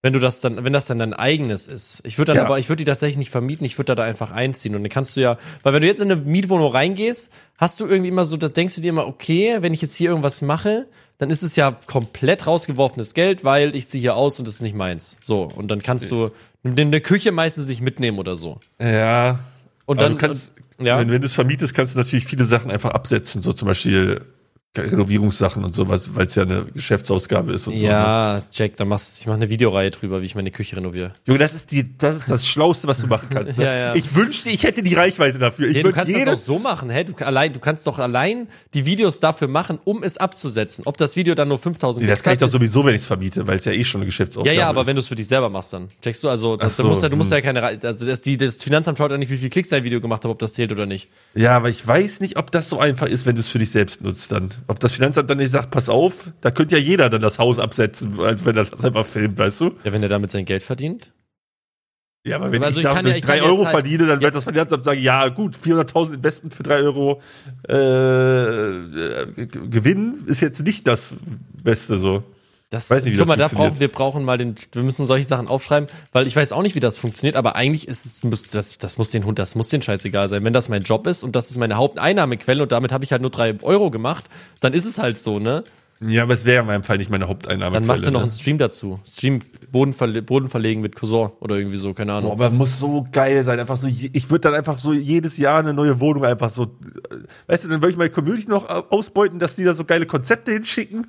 [SPEAKER 2] wenn du das dann, wenn das dann dein eigenes ist. Ich würde dann
[SPEAKER 1] Ja.
[SPEAKER 2] aber, ich würde die tatsächlich nicht vermieten, ich würde da, da einfach einziehen. Und dann kannst du ja, weil wenn du jetzt in eine Mietwohnung reingehst, hast du irgendwie immer so, da denkst du dir immer, okay, wenn ich jetzt hier irgendwas mache, dann ist es ja komplett rausgeworfenes Geld, weil ich ziehe hier aus und das ist nicht meins. So. Und dann kannst du eine Küche meistens nicht mitnehmen oder so.
[SPEAKER 1] Ja.
[SPEAKER 2] Und
[SPEAKER 1] Aber
[SPEAKER 2] dann.
[SPEAKER 1] du kannst,
[SPEAKER 2] und- ja.
[SPEAKER 1] wenn, wenn du es vermietest, kannst du natürlich viele Sachen einfach absetzen, so zum Beispiel Renovierungssachen und sowas, weil es ja eine Geschäftsausgabe ist und so. ne?
[SPEAKER 2] ja, Jack, dann machst ich mach eine Videoreihe drüber, wie ich meine Küche renoviere.
[SPEAKER 1] Junge, das ist, die, das ist das Schlauste, was du machen kannst. Ne?
[SPEAKER 2] Ja, ja.
[SPEAKER 1] Ich wünschte, ich hätte die Reichweite dafür. Ich
[SPEAKER 2] Ja, du
[SPEAKER 1] würd
[SPEAKER 2] kannst das
[SPEAKER 1] jede-
[SPEAKER 2] auch so machen, hä? Du, allein, du kannst doch allein die Videos dafür machen, um es abzusetzen. Ob das Video dann nur 5000
[SPEAKER 1] Nee, das
[SPEAKER 2] Klicks
[SPEAKER 1] kann ich
[SPEAKER 2] hat,
[SPEAKER 1] doch sowieso, wenn ich es vermiete, weil es ja eh schon eine Geschäftsaufgabe
[SPEAKER 2] ja,
[SPEAKER 1] ist.
[SPEAKER 2] ja, aber wenn du es für dich selber machst, dann checkst du also, das,
[SPEAKER 1] Ach so,
[SPEAKER 2] du musst ja, du musst
[SPEAKER 1] hm.
[SPEAKER 2] ja keine, Re- also das, die, das Finanzamt schaut ja nicht, wie viel Klicks dein Video gemacht hat, ob das zählt oder nicht.
[SPEAKER 1] Ja, aber ich weiß nicht, ob das so einfach ist, wenn du es für dich selbst nutzt dann. Ob das Finanzamt dann nicht sagt, pass auf, da könnte ja jeder dann das Haus absetzen, als wenn er das einfach filmt, weißt du?
[SPEAKER 2] Ja, wenn er damit sein Geld verdient.
[SPEAKER 1] Ja, aber wenn
[SPEAKER 2] Also
[SPEAKER 1] ich
[SPEAKER 2] ich
[SPEAKER 1] damit
[SPEAKER 2] kann ja- ich
[SPEAKER 1] 3
[SPEAKER 2] kann ja
[SPEAKER 1] Euro
[SPEAKER 2] jetzt halt-
[SPEAKER 1] verdiene, dann wird das Finanzamt sagen, ja gut, 400.000 Investment für 3 Euro äh, äh, Gewinn ist jetzt nicht das Beste so.
[SPEAKER 2] Das,
[SPEAKER 1] Weiß nicht, wie
[SPEAKER 2] guck
[SPEAKER 1] das
[SPEAKER 2] mal, da
[SPEAKER 1] funktioniert.
[SPEAKER 2] brauchen wir brauchen mal den, wir müssen solche Sachen aufschreiben, weil ich weiß auch nicht, wie das funktioniert, aber eigentlich ist es, muss, das, das muss den Hund, das muss den scheißegal sein. Wenn das mein Job ist und das ist meine Haupteinnahmequelle und damit habe ich halt nur drei Euro gemacht, dann ist es halt so, ne?
[SPEAKER 1] Ja, aber es wäre in meinem Fall nicht meine ne? Haupteinnahme.
[SPEAKER 2] Dann machst du noch einen Stream dazu. Stream Boden, verle Boden verlegen mit Cousin oder irgendwie so, keine
[SPEAKER 1] Boah,
[SPEAKER 2] Ahnung.
[SPEAKER 1] aber muss so geil sein. Einfach so, je- ich würde dann einfach so jedes Jahr eine neue Wohnung einfach so. äh, Weißt du, dann würde ich meine Community noch au- ausbeuten, dass die da so geile Konzepte hinschicken.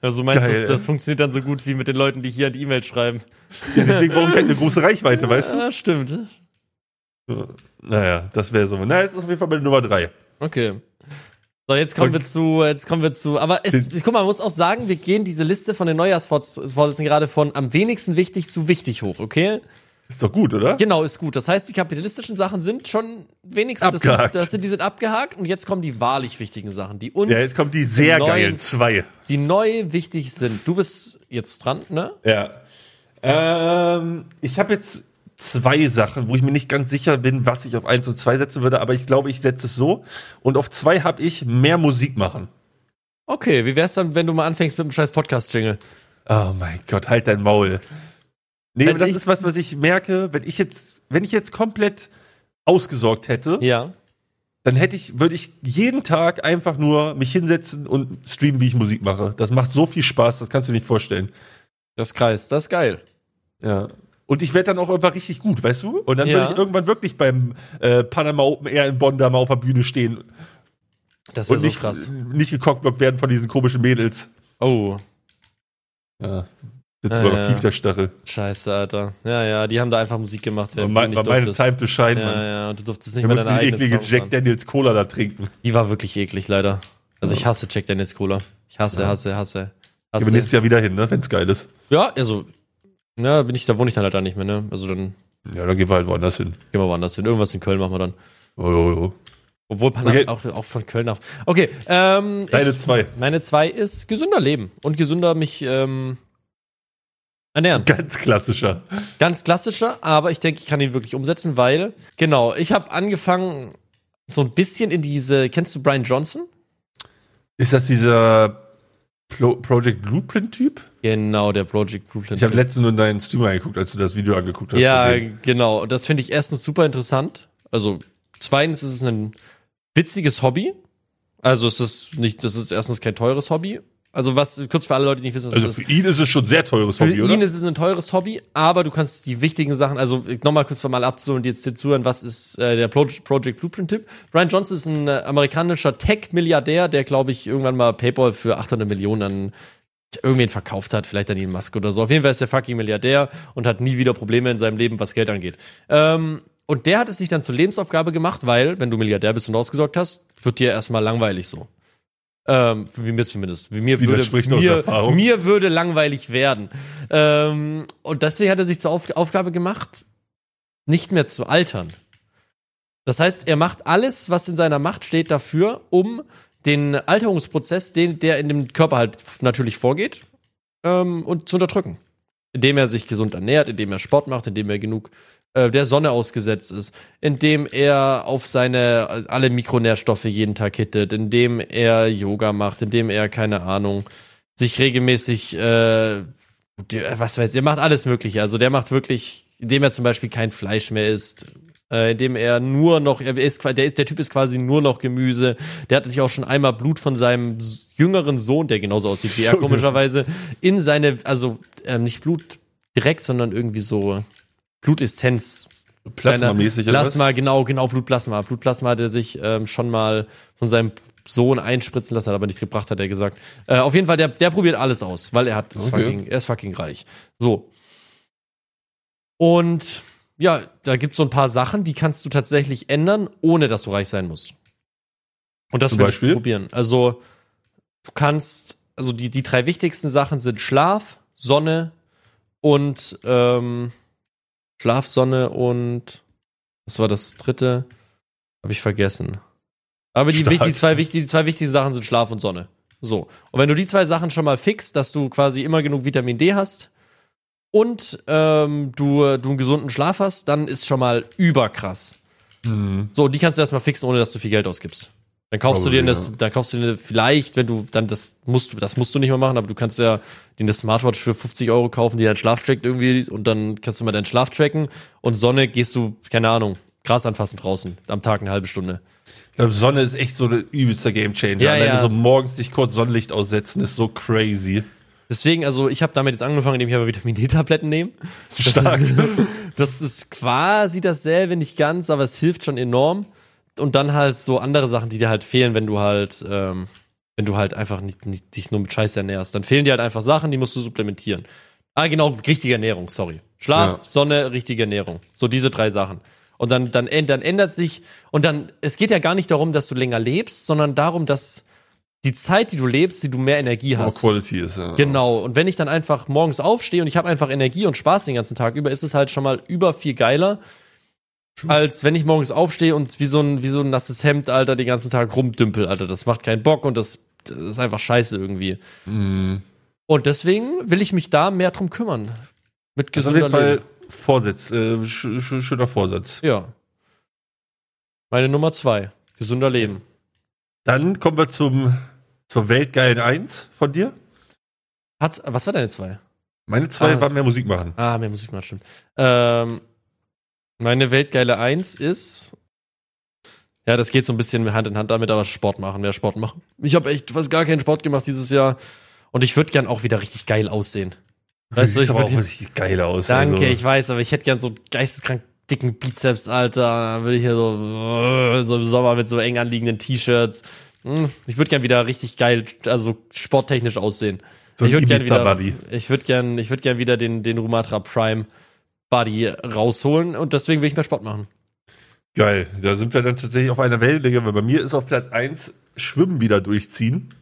[SPEAKER 2] Also meinst
[SPEAKER 1] Geil.
[SPEAKER 2] du, das funktioniert dann so gut wie mit den Leuten, die hier an die E-Mail schreiben?
[SPEAKER 1] Ja, deswegen brauche ich halt eine große Reichweite, weißt
[SPEAKER 2] Ja, stimmt.
[SPEAKER 1] du? Naja, das wäre so. Na, das ist auf jeden Fall meine Nummer drei.
[SPEAKER 2] Okay. So, jetzt kommen wir zu, jetzt kommen wir zu, aber es, guck mal, man muss auch sagen, wir gehen diese Liste von den Neujahrsvorsitzenden gerade von am wenigsten wichtig zu wichtig hoch, okay?
[SPEAKER 1] Ist doch gut, oder?
[SPEAKER 2] Genau, ist gut. Das heißt, die kapitalistischen Sachen sind schon wenigstens, das sind,
[SPEAKER 1] Abgehakt.
[SPEAKER 2] das sind, die sind abgehakt und jetzt kommen die wahrlich wichtigen Sachen, die uns,
[SPEAKER 1] Ja, jetzt kommt die sehr
[SPEAKER 2] neuen-
[SPEAKER 1] geilen zwei.
[SPEAKER 2] die neu wichtig sind. Du bist jetzt dran, ne?
[SPEAKER 1] Ja. Ähm, ich habe jetzt zwei Sachen, wo ich mir nicht ganz sicher bin, was ich auf eins und zwei setzen würde, aber ich glaube, ich setze es so. Und auf zwei habe ich mehr Musik machen.
[SPEAKER 2] Okay, wie wär's dann, wenn du mal anfängst mit dem scheiß Podcast-Jingle?
[SPEAKER 1] Oh mein Gott, halt dein Maul. Nee,
[SPEAKER 2] Wenn
[SPEAKER 1] aber das
[SPEAKER 2] ich-
[SPEAKER 1] ist was, was ich merke, wenn ich jetzt, wenn ich jetzt komplett ausgesorgt hätte,
[SPEAKER 2] Ja.
[SPEAKER 1] dann hätte ich, würde ich jeden Tag einfach nur mich hinsetzen und streamen, wie ich Musik mache. Das macht so viel Spaß, das kannst du dir nicht vorstellen.
[SPEAKER 2] Das Kreis, das ist geil.
[SPEAKER 1] Ja. Und ich werde dann auch einfach richtig gut, weißt du? Und dann
[SPEAKER 2] Ja.
[SPEAKER 1] werde ich irgendwann wirklich beim äh, Panama Open Air in Bonn da mal auf der Bühne stehen
[SPEAKER 2] Das wäre
[SPEAKER 1] und
[SPEAKER 2] so
[SPEAKER 1] nicht,
[SPEAKER 2] krass.
[SPEAKER 1] nicht gecockblockt werden von diesen komischen Mädels.
[SPEAKER 2] Oh,
[SPEAKER 1] Ja. Sitzt
[SPEAKER 2] Ah,
[SPEAKER 1] immer noch
[SPEAKER 2] ja.
[SPEAKER 1] tief der Stachel.
[SPEAKER 2] scheiße, Alter. Ja, ja, die haben da einfach Musik gemacht,
[SPEAKER 1] War
[SPEAKER 2] während
[SPEAKER 1] mein,
[SPEAKER 2] du
[SPEAKER 1] war
[SPEAKER 2] nicht
[SPEAKER 1] meine
[SPEAKER 2] durftest.
[SPEAKER 1] Time to shine, Mann.
[SPEAKER 2] ja, ja, und du durftest nicht
[SPEAKER 1] Wir
[SPEAKER 2] mehr
[SPEAKER 1] mussten
[SPEAKER 2] deine
[SPEAKER 1] die
[SPEAKER 2] eigenen
[SPEAKER 1] eklige
[SPEAKER 2] Songs
[SPEAKER 1] Jack
[SPEAKER 2] machen.
[SPEAKER 1] Daniels Cola da trinken.
[SPEAKER 2] Die war wirklich eklig, leider. Also ich hasse Jack Daniels Cola. Ich hasse, hasse, hasse.
[SPEAKER 1] Gehen wir nächstes
[SPEAKER 2] hasse.
[SPEAKER 1] Jahr wieder hin, ne? wenn's geil ist.
[SPEAKER 2] Ja, also, na, bin ich, da wohne ich dann leider nicht mehr, ne? Also dann
[SPEAKER 1] Ja, dann gehen wir halt woanders hin.
[SPEAKER 2] gehen wir woanders hin. Irgendwas in Köln machen wir dann.
[SPEAKER 1] Oh, oh, oh.
[SPEAKER 2] Obwohl Panama
[SPEAKER 1] Okay.
[SPEAKER 2] auch, auch von Köln nach. Okay, ähm.
[SPEAKER 1] Deine zwei.
[SPEAKER 2] Meine zwei ist gesünder leben und gesünder mich ähm, ernähren.
[SPEAKER 1] Ganz klassischer.
[SPEAKER 2] Ganz klassischer, aber ich denke, ich kann ihn wirklich umsetzen, weil, genau, ich habe angefangen so ein bisschen in diese, kennst du Brian Johnson?
[SPEAKER 1] Ist das dieser Pro Project Blueprint-Typ?
[SPEAKER 2] Genau, der Project Blueprint.
[SPEAKER 1] Ich habe letztens nur in deinen Streamer geguckt, als du das Video angeguckt hast.
[SPEAKER 2] Ja,
[SPEAKER 1] von dem.
[SPEAKER 2] genau. Und Das finde ich erstens super interessant. Also, zweitens ist es ein witziges Hobby. Also, es ist nicht, das ist erstens kein teures Hobby. Also, was, kurz für alle Leute, die nicht wissen, was
[SPEAKER 1] Also
[SPEAKER 2] das ist.
[SPEAKER 1] für ihn ist es schon sehr teures
[SPEAKER 2] Für
[SPEAKER 1] Hobby,
[SPEAKER 2] ihn
[SPEAKER 1] oder?
[SPEAKER 2] ist es ein teures Hobby, aber du kannst die wichtigen Sachen, also nochmal kurz mal abzuholen und jetzt dir zuhören, was ist äh, der Pro Project Blueprint-Tipp? Brian Johnson ist ein äh, amerikanischer Tech-Milliardär, der, glaube ich, irgendwann mal Paypal für 800 Millionen an irgendwen verkauft hat, vielleicht an Elon Musk oder so. Auf jeden Fall ist der fucking Milliardär und hat nie wieder Probleme in seinem Leben, was Geld angeht. Ähm, und der hat es sich dann zur Lebensaufgabe gemacht, weil, wenn du Milliardär bist und ausgesorgt hast, wird dir erstmal langweilig so. Ähm, wie mir zumindest. Wie mir würde,
[SPEAKER 1] Widerspricht aus
[SPEAKER 2] mir,
[SPEAKER 1] Erfahrung.
[SPEAKER 2] mir würde langweilig werden. Ähm, und deswegen hat er sich zur Auf Aufgabe gemacht, nicht mehr zu altern. Das heißt, er macht alles, was in seiner Macht steht, dafür, um den Alterungsprozess, den, der in dem Körper halt f- natürlich vorgeht, ähm, und zu unterdrücken. Indem er sich gesund ernährt, indem er Sport macht, indem er genug äh, der Sonne ausgesetzt ist, indem er auf seine äh, alle Mikronährstoffe jeden Tag hittet, indem er Yoga macht, indem er, keine Ahnung, sich regelmäßig, äh, die- äh, was weiß ich, er macht alles Mögliche. Also der macht wirklich, indem er zum Beispiel kein Fleisch mehr isst, äh, indem er nur noch, er ist, qua- der, ist, der Typ ist quasi nur noch Gemüse. Der hat sich auch schon einmal Blut von seinem s- jüngeren Sohn, der genauso aussieht wie er komischerweise, in seine, also ähm, nicht Blut direkt, sondern irgendwie so Blutessenz
[SPEAKER 1] Plasmamäßig
[SPEAKER 2] kleiner-
[SPEAKER 1] oder was?
[SPEAKER 2] Plasma, genau, genau, Blutplasma. Blutplasma hat er sich ähm, schon mal von seinem Sohn einspritzen lassen, hat aber nichts gebracht, hat er gesagt. Äh, auf jeden Fall, der, der probiert alles aus, weil er hat ist
[SPEAKER 1] Okay.
[SPEAKER 2] fucking, er ist fucking reich. So. Und ja, da gibt es so ein paar Sachen, die kannst du tatsächlich ändern, ohne dass du reich sein musst. Und das
[SPEAKER 1] Zum
[SPEAKER 2] will ich
[SPEAKER 1] Beispiel?
[SPEAKER 2] probieren. Also, du kannst, also die, die drei wichtigsten Sachen sind Schlaf, Sonne und ähm, Schlaf, Sonne und was war das dritte? Habe ich vergessen. Aber die,
[SPEAKER 1] Stark.
[SPEAKER 2] die, zwei, wichtig- die zwei wichtigen Sachen sind Schlaf und Sonne. So. Und wenn du die zwei Sachen schon mal fixst, dass du quasi immer genug Vitamin D hast und ähm, du, du einen gesunden Schlaf hast, dann ist schon mal überkrass.
[SPEAKER 1] Mhm.
[SPEAKER 2] So, die kannst du erstmal fixen, ohne dass du viel Geld ausgibst. Dann kaufst du
[SPEAKER 1] Probably,
[SPEAKER 2] dir das,
[SPEAKER 1] ja.
[SPEAKER 2] dann kaufst du dir vielleicht, wenn du dann das musst du, das musst du nicht mehr machen, aber du kannst ja dir eine Smartwatch für 50 Euro kaufen, die deinen Schlaf trackt irgendwie und dann kannst du mal deinen Schlaf tracken und Sonne gehst du, keine Ahnung, Gras anfassen draußen, am Tag eine halbe Stunde.
[SPEAKER 1] Ich glaube, Sonne ist echt so ein übelster Gamechanger.
[SPEAKER 2] Ja,
[SPEAKER 1] Alleine so
[SPEAKER 2] ja.
[SPEAKER 1] morgens dich kurz Sonnenlicht aussetzen, ist so crazy.
[SPEAKER 2] Deswegen, also ich habe damit jetzt angefangen, indem ich aber Vitamin D-Tabletten nehme.
[SPEAKER 1] Stark.
[SPEAKER 2] Das ist quasi dasselbe, nicht ganz, aber es hilft schon enorm. Und dann halt so andere Sachen, die dir halt fehlen, wenn du halt, ähm, wenn du halt einfach nicht, nicht, dich nur mit Scheiß ernährst. Dann fehlen dir halt einfach Sachen, die musst du supplementieren. Ah, genau, richtige Ernährung, sorry. Schlaf,
[SPEAKER 1] Ja.
[SPEAKER 2] Sonne, richtige Ernährung. So diese drei Sachen. Und dann, dann, änd- dann ändert sich, und dann, es geht ja gar nicht darum, dass du länger lebst, sondern darum, dass die Zeit, die du lebst, die du mehr Energie
[SPEAKER 1] More
[SPEAKER 2] hast.
[SPEAKER 1] Quality ist. Ja.
[SPEAKER 2] Genau, und wenn ich dann einfach morgens aufstehe und ich habe einfach Energie und Spaß den ganzen Tag über, ist es halt schon mal über viel geiler, als wenn ich morgens aufstehe und wie so ein, wie so ein nasses Hemd, Alter, den ganzen Tag rumdümpel, Alter. Das macht keinen Bock und das, das ist einfach scheiße irgendwie.
[SPEAKER 1] Mhm.
[SPEAKER 2] Und deswegen will ich mich da mehr drum kümmern. Mit
[SPEAKER 1] Das ist Also auf
[SPEAKER 2] gesunder
[SPEAKER 1] jeden Fall
[SPEAKER 2] Leben.
[SPEAKER 1] Vorsatz, äh, sch sch schöner Vorsatz.
[SPEAKER 2] Ja. Meine Nummer zwei. Gesunder Leben.
[SPEAKER 1] Dann kommen wir zum, zur Weltgeilen 1 von dir.
[SPEAKER 2] Hat's, was war deine zwei?
[SPEAKER 1] Meine zwei
[SPEAKER 2] Ah,
[SPEAKER 1] waren mehr Musik machen.
[SPEAKER 2] Ah, mehr Musik machen, stimmt. Ähm, meine Weltgeile 1 ist. Ja, das geht so ein bisschen Hand in Hand damit, aber Sport machen, mehr Sport machen. Ich habe echt fast gar keinen Sport gemacht dieses Jahr. Und ich würde gern auch wieder richtig geil aussehen. Weißt du,
[SPEAKER 1] Siehst
[SPEAKER 2] ich
[SPEAKER 1] aber auch
[SPEAKER 2] würd-
[SPEAKER 1] richtig geil aus.
[SPEAKER 2] Danke,
[SPEAKER 1] also.
[SPEAKER 2] ich weiß, aber ich hätte gern so einen geisteskrank dicken Bizeps, Alter. Dann würde ich hier so, äh, so im Sommer mit so eng anliegenden T-Shirts. Hm, Ich würde gern wieder richtig geil, also sporttechnisch aussehen.
[SPEAKER 1] So
[SPEAKER 2] ich
[SPEAKER 1] ein
[SPEAKER 2] würde gern wieder,
[SPEAKER 1] Ibiza-Buddy.
[SPEAKER 2] ich würde gern, ich würde gern wieder den, den Rumatra Prime Buddy rausholen und deswegen will ich mehr Sport machen.
[SPEAKER 1] Geil, da sind wir dann tatsächlich auf einer Wellenlänge, weil bei mir ist auf Platz 1 Schwimmen wieder durchziehen.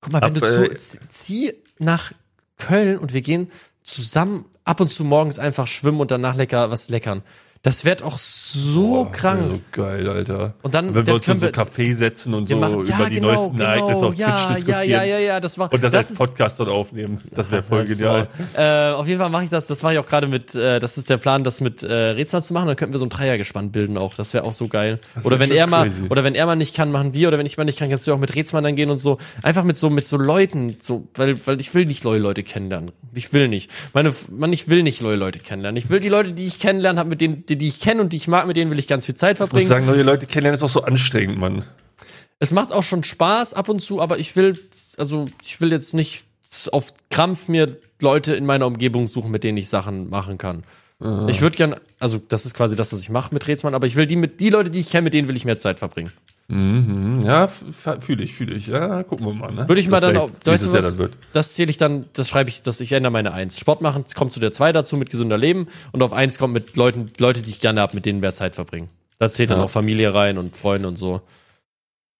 [SPEAKER 2] Guck mal, wenn
[SPEAKER 1] Ab,
[SPEAKER 2] du zu,
[SPEAKER 1] äh,
[SPEAKER 2] z- zieh nach Köln und wir gehen zusammen ab und zu morgens einfach schwimmen und danach lecker was leckern. Das wird auch so Oh, krank.
[SPEAKER 1] Also geil, Alter.
[SPEAKER 2] Und dann-
[SPEAKER 1] wenn wir
[SPEAKER 2] dann
[SPEAKER 1] uns in
[SPEAKER 2] können
[SPEAKER 1] so
[SPEAKER 2] wir-
[SPEAKER 1] einen Café setzen und so
[SPEAKER 2] Wir machen- genau,
[SPEAKER 1] über die neuesten Ereignisse auf
[SPEAKER 2] ja,
[SPEAKER 1] Twitch diskutieren.
[SPEAKER 2] Ja, ja, ja, ja, das war
[SPEAKER 1] Und das, als
[SPEAKER 2] ist-
[SPEAKER 1] Podcast dort aufnehmen. Das wäre voll
[SPEAKER 2] Halt's
[SPEAKER 1] genial.
[SPEAKER 2] Maul. Äh, auf jeden Fall mache ich das. Das mache ich auch gerade mit. Äh, das ist der Plan, das mit äh, Rezner zu machen. Dann könnten wir so ein Dreiergespann bilden auch. Das wäre auch so geil.
[SPEAKER 1] Das
[SPEAKER 2] Oder
[SPEAKER 1] wär
[SPEAKER 2] wenn
[SPEAKER 1] schon
[SPEAKER 2] er mal,
[SPEAKER 1] crazy.
[SPEAKER 2] oder wenn er mal nicht kann, machen wir. Oder wenn ich mal nicht kann, kannst du auch mit Rezmann dann gehen und so. Einfach mit so mit so Leuten, so weil weil ich will nicht neue Leute kennenlernen. Ich will nicht. Meine, man, ich will nicht neue Leute kennenlernen. Ich will die Leute, die ich kennenlernen habe, mit denen, die, die ich kenne und die ich mag, mit denen will ich ganz viel Zeit
[SPEAKER 1] Ich muss
[SPEAKER 2] verbringen.
[SPEAKER 1] sagen, neue Leute kennenlernen ist auch so anstrengend, Mann.
[SPEAKER 2] Es macht auch schon Spaß ab und zu, aber ich will, also ich will jetzt nicht auf Krampf mir Leute in meiner Umgebung suchen, mit denen ich Sachen machen kann.
[SPEAKER 1] Ah.
[SPEAKER 2] Ich würde gern, also das ist quasi das, was ich mache mit Rätsmann, aber ich will die mit die Leute, die ich kenne, mit denen will ich mehr Zeit verbringen.
[SPEAKER 1] Mhm, ja, fühle ich, fühle ich. Ja, gucken wir mal. Ne?
[SPEAKER 2] Würde ich mal dann, auch, weißt du
[SPEAKER 1] Jahr
[SPEAKER 2] was,
[SPEAKER 1] dann wird.
[SPEAKER 2] das zähle ich dann, das schreibe ich, dass ich ändere meine Eins. Sport machen kommt zu der Zwei dazu mit gesunder Leben und auf Eins kommt mit Leuten, Leute, die ich gerne habe, mit denen mehr Zeit verbringen. Da zählt dann
[SPEAKER 1] Ja.
[SPEAKER 2] auch Familie rein und Freunde und so.